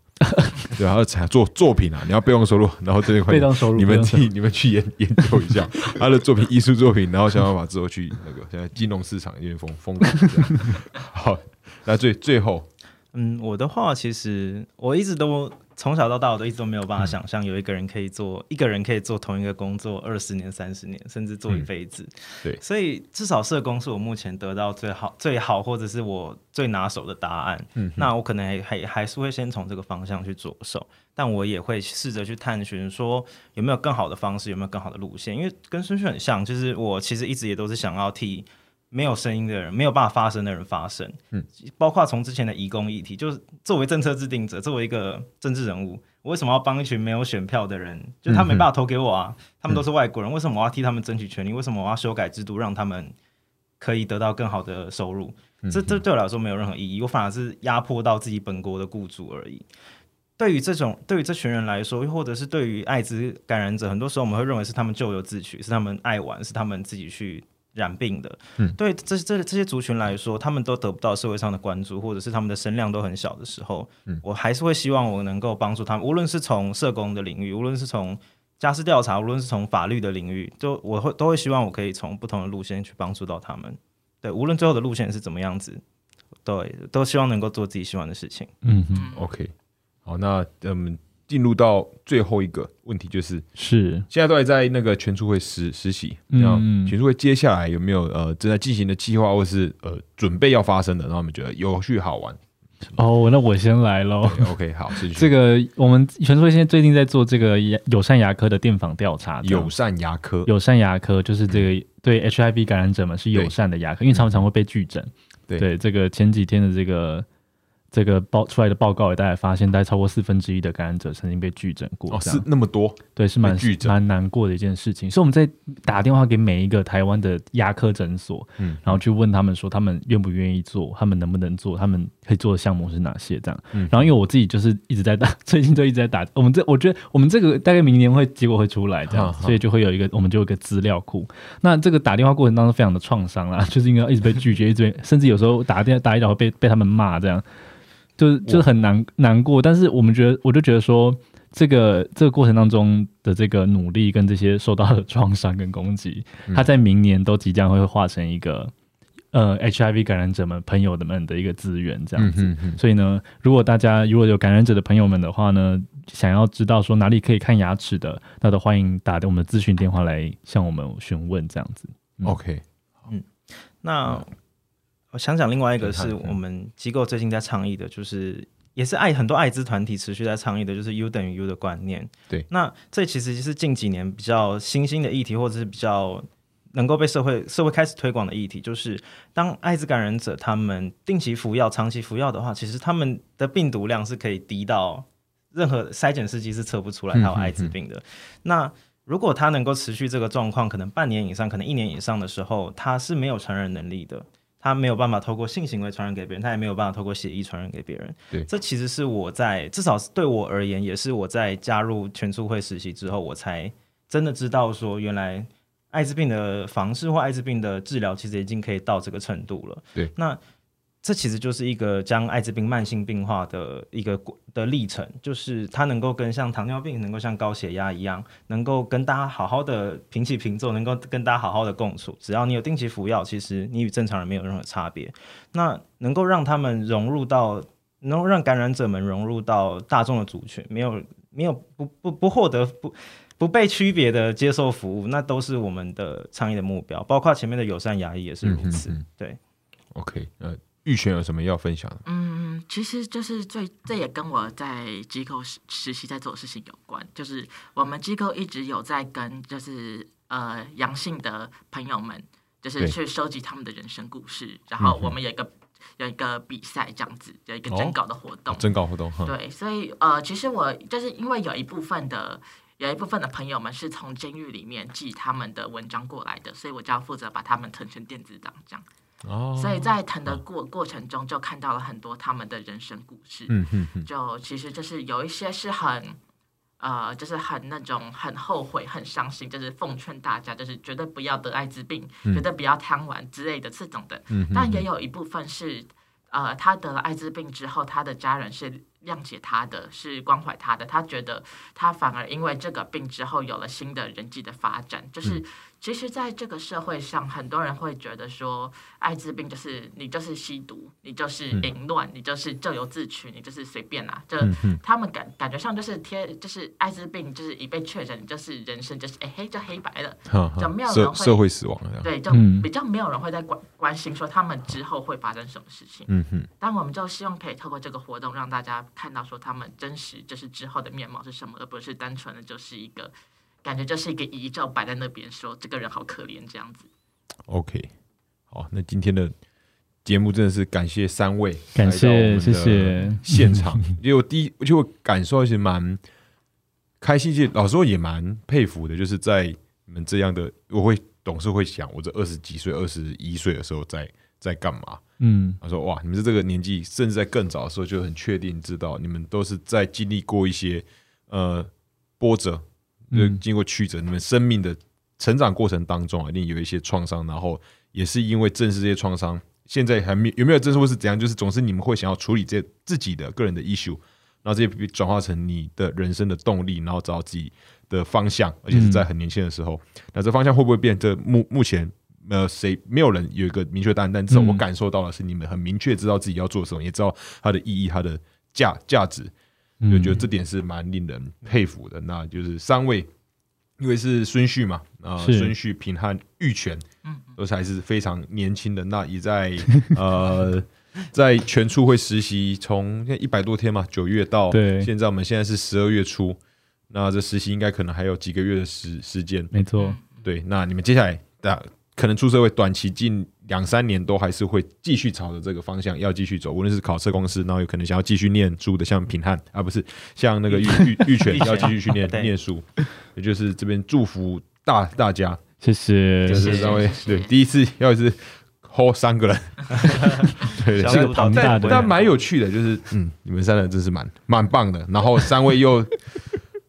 对啊，还有产作作品啊，你要备用收入，然后这边
被动收入
你
被
们
动收入
去你们去研研究一 下他的作品，艺术作品，然后想办法之后去那个现在金融市场有点疯疯狂这样。好，那最最后
嗯，我的话其实我一直都从小到大我都一直都没有办法想象有一个人可以做、一个人可以做同一个工作二十年、三十年，甚至做一辈子。
对
所以至少社工是我目前得到最好、最好或者是我最拿手的答案。嗯，那我可能还还还是会先从这个方向去着手，但我也会试着去探寻说有没有更好的方式，有没有更好的路线。因为跟孙旭很像，就是我其实一直也都是想要替。没有声音的人，没有办法发声的人发声，嗯，包括从之前的移工议题，就是作为政策制定者，作为一个政治人物，我为什么要帮一群没有选票的人？就是他没办法投给我啊，他们都是外国人，为什么我要替他们争取权利？为什么我要修改制度，让他们可以得到更好的收入？这这对我来说没有任何意义，我反而是压迫到自己本国的雇主而已。对于这种对于这群人来说，又或者是对于艾滋感染者，很多时候我们会认为是他们咎由自取，是他们爱玩，是他们自己去染病的。对这这这些族群来说，他们都得不到社会上的关注，或者是他们的声量都很小的时候，我还是会希望我能够帮助他们，无论是从社工的领域，无论是从家事调查，无论是从法律的领域，就我会都会希望我可以从不同的路线去帮助到他们。对，无论最后的路线是怎么样子，对，都希望能够做自己喜欢的事情。
嗯哼，
OK，好，那嗯，进入到最后一个问题，就是
是
现在都还在那个全促会实实习，
嗯
那全促会接下来有没有呃正在进行的计划，或是呃准备要发生的，让他们觉得有趣好玩
哦，那我先来喽。
对？OK，好， 是
这个我们全社会现在最近在做这个牙友善牙科的电访调查，这 样
友善牙科，嗯
友善牙科就是这个对 HIV 感染者们是友善的牙科，因为常常会被拒诊。
对
这个前几天的这个这个报出来的报告也大家发现，大概超过四分之一的感染者曾经被拒诊过。
哦，
这
是
样
那么多，
对，是蛮
被拒诊
蛮难过的一件事情。所以我们在打电话给每一个台湾的牙科诊所，
嗯
然后去问他们说他们愿不愿意做，他们能不能做，他们可以做的项目是哪些这样。
嗯
然后因为我自己就是一直在打， 最近就一直在打。我们这我觉得我们这个大概明年会结果会出来这样，
哈哈
所以就会有一个我们就有一个资料库。那这个打电话过程当中非常的创伤啦， 就是因为一直被拒绝，一直被甚至有时候打电打一打会被被他们骂这样。就是就是很难难过，但是我们觉得，我就觉得说，这个这个过程当中的这个努力跟这些受到的创伤跟攻击，
嗯
它在明年都即将会化成一个呃 HIV 感染者们朋友们的一个资源，这样子。
嗯嗯，
所以呢，如果大家如果有感染者的朋友们的话呢，想要知道说哪里可以看牙齿的，那都欢迎打我们的咨询电话来向我们询问这样子。嗯
OK，
那我想讲另外一个
嗯对
是
他嗯
我们机构最近在倡议的，就是也是爱很多艾滋团体持续在倡议的，就是 U 等于 U 的观念。
对
那这其实是近几年比较新兴的议题，或者是比较能够被社会社会开始推广的议题，就是当艾滋感染者他们定期服药、长期服药的话，其实他们的病毒量是可以低到任何筛检试剂是测不出来他有艾滋病的。那如果他能够持续这个状况，可能半年以上，可能一年以上的时候，他是没有传染能力的。他没有办法透过性行为传染给别人，他也没有办法透过血液传染给别人。
对
这其实是我在至少是对我而言，也是我在加入全促会实习之后，我才真的知道说，原来艾滋病的防治或艾滋病的治疗，其实已经可以到这个程度了。
对，
那这其实就是一个将艾滋病慢性病化的一个过的历程，就是它能够跟像糖尿病、能够像高血压一样，能够跟大家好好的平起平坐，能够跟大家好好的共处。只要你有定期服药，其实你与正常人没有任何差别。那能够让他们融入到，能够让感染者们融入到大众的族群，没有没有不不不获得不。不被区别的接受服务，那都是我们的倡议的目标，包括前面的友善牙医也是如此。
嗯嗯嗯
对，
OK，呃，玉璇有什么要分享的？
嗯，其实就是最，这也跟我在机构实实习在做的事情有关。就是我们机构一直有在跟，就是呃阳性的朋友们，就是
对嗯
去收集他们的人生故事。然后我们有一个、有一个比赛，这样子有一个征
哦
稿的活动。
征稿活动哈，
对，所以呃，其实我就是因为有一部分的有一部分的朋友们是从监狱里面寄他们的文章过来的，所以我就要负责把他们腾成电子档这样。
哦
所以在腾的过过程中，就看到了很多他们的人生故事。
嗯嗯嗯，
就其实就是有一些是很。呃，就是很那种很后悔、很伤心，就是奉劝大家，就是绝对不要得艾滋病，
嗯
绝对不要贪玩之类的这种的。
嗯哼
但也有一部分是，呃，他得了艾滋病之后，他的家人是谅解他的，是关怀他的。他觉得他反而因为这个病之后有了新的人际的发展。就是其实，在这个社会上，很多人会觉得说，艾滋病就是你就是吸毒，你就是淫乱，你就是咎由自取，你就是随便啊。
嗯
这他们感感觉上就是贴，就是艾滋病就是一被确诊，你就是人生就是哎黑就黑白了。
哈
怎么
哈
样
嗯社
呢会
社会死亡了这样，
对，就
嗯
比较没有人会在关关心说他们之后会发生什么事情。
嗯哼，
但我们就希望可以透过这个活动，让大家看到说他们真实就是之后的面貌是什么，而不是单纯的就是一个感觉就是一个遗照摆在那边，说这个人好可怜这样子。
OK，好，那今天的节目真的是感谢三位，
感谢谢。谢，
现场，因为我第一，而且我感受其实蛮开心，其实老实说也蛮佩服的，就是在你们这样的，我会总是会想，我这二十几岁、二十一岁的时候在在干嘛？
嗯，
他说：“哇，你们在这个年纪，甚至在更早的时候就很确定知道，你们都是在经历过一些呃波折，就
嗯
经过曲折，你们生命的成长过程当中啊，一定有一些创伤，然后也是因为正视这些创伤，现在还没有有没有正视或是怎样，就是总是你们会想要处理这自己的个人的 issue，然后这些转化成你的人生的动力，然后找到自己的方向，而且是在很年轻的时候。那这方向会不会变？这目目前呃，谁没有人有一个明确答案，但至少我
嗯
感受到的是，你们很明确知道自己要做什么，也知道它的意义、它的价价值。
嗯
就觉得这点是蛮令人佩服的。那就是三位，因为是孙旭嘛，啊、
是
孙旭、平汉、玉泉，
嗯，
都是还是非常年轻的。那也在 呃，在全处会实习，从现在一百多天嘛，九月到
对
现在，我们现在是十二月初。那这实习应该可能还有几个月的时时间，
没错，
对，那你们接下来的可能出社会，短期近两三年都还是会继续朝着这个方向要继续走，无论是考社公司，然后有可能想要继续念书的，像平汉啊，不是像 那个玉玉玉泉
玉泉
要继续去念
对
念书，也就是这边祝福大大家，
谢谢
就，是
谢
稍微
谢谢
对第一次要是 hold 三个人， 对对
是
小赖
个
舞蹈
庞
队
大
但
的
但蛮有趣的，就是嗯，你们三人真是蛮蛮棒的。然后三位又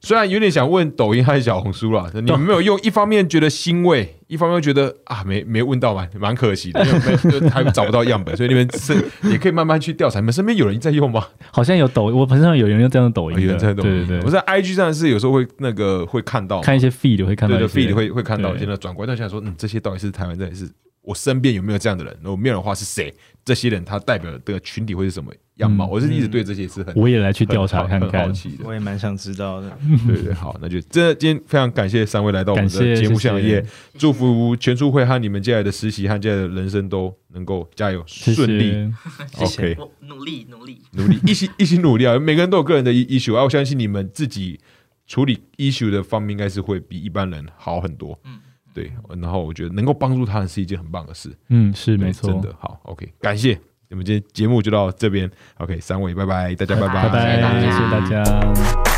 虽然有点想问抖音和小红书啦，你们没有用，一方面觉得欣慰，一方面又觉得啊没没问到嘛，蛮可惜的，因为 没就还找不到样本，所以你们是也可以慢慢去调查。你们身边有人在用吗？
好像有抖，我身上有人用这样的抖音的，
哦有人在用，
对对
我
对，
在 IG 上是有时候会那个会看到嘛，
看一些 feed 会看到
对
一
对
些
，feed 会会看到，
对
现在转过来，但想说，嗯，这些到底是台湾，到底是我身边有没有这样的人？如果没有的话，是谁？这些人他代表的群体会是什么样貌？
嗯
我是一直对这些是很
我也来去调查
很
看
很
看
好。奇的。
我也蛮想知道的。
对对，好，那就真的今天非常感谢三位来到我们
嗯感谢
的节目现场，
谢谢
也祝福全书会和你们接下来的实习和接下来的人生都能够加油
谢
顺利。
谢，
谢谢
OK，
我努力努力，
努力， 一起一起努力啊！每个人都有个人的 issue 啊，我相信你们自己处理 issue 的方面，应该是会比一般人好很多。
嗯，
对，然后我觉得能够帮助他人是一件很棒的事，
嗯，是
对
没错，
真的好。OK，感谢你们今天节目就到这边。OK，三位，拜拜，大家拜
拜
拜
拜，
谢谢大
谢谢
家
大家。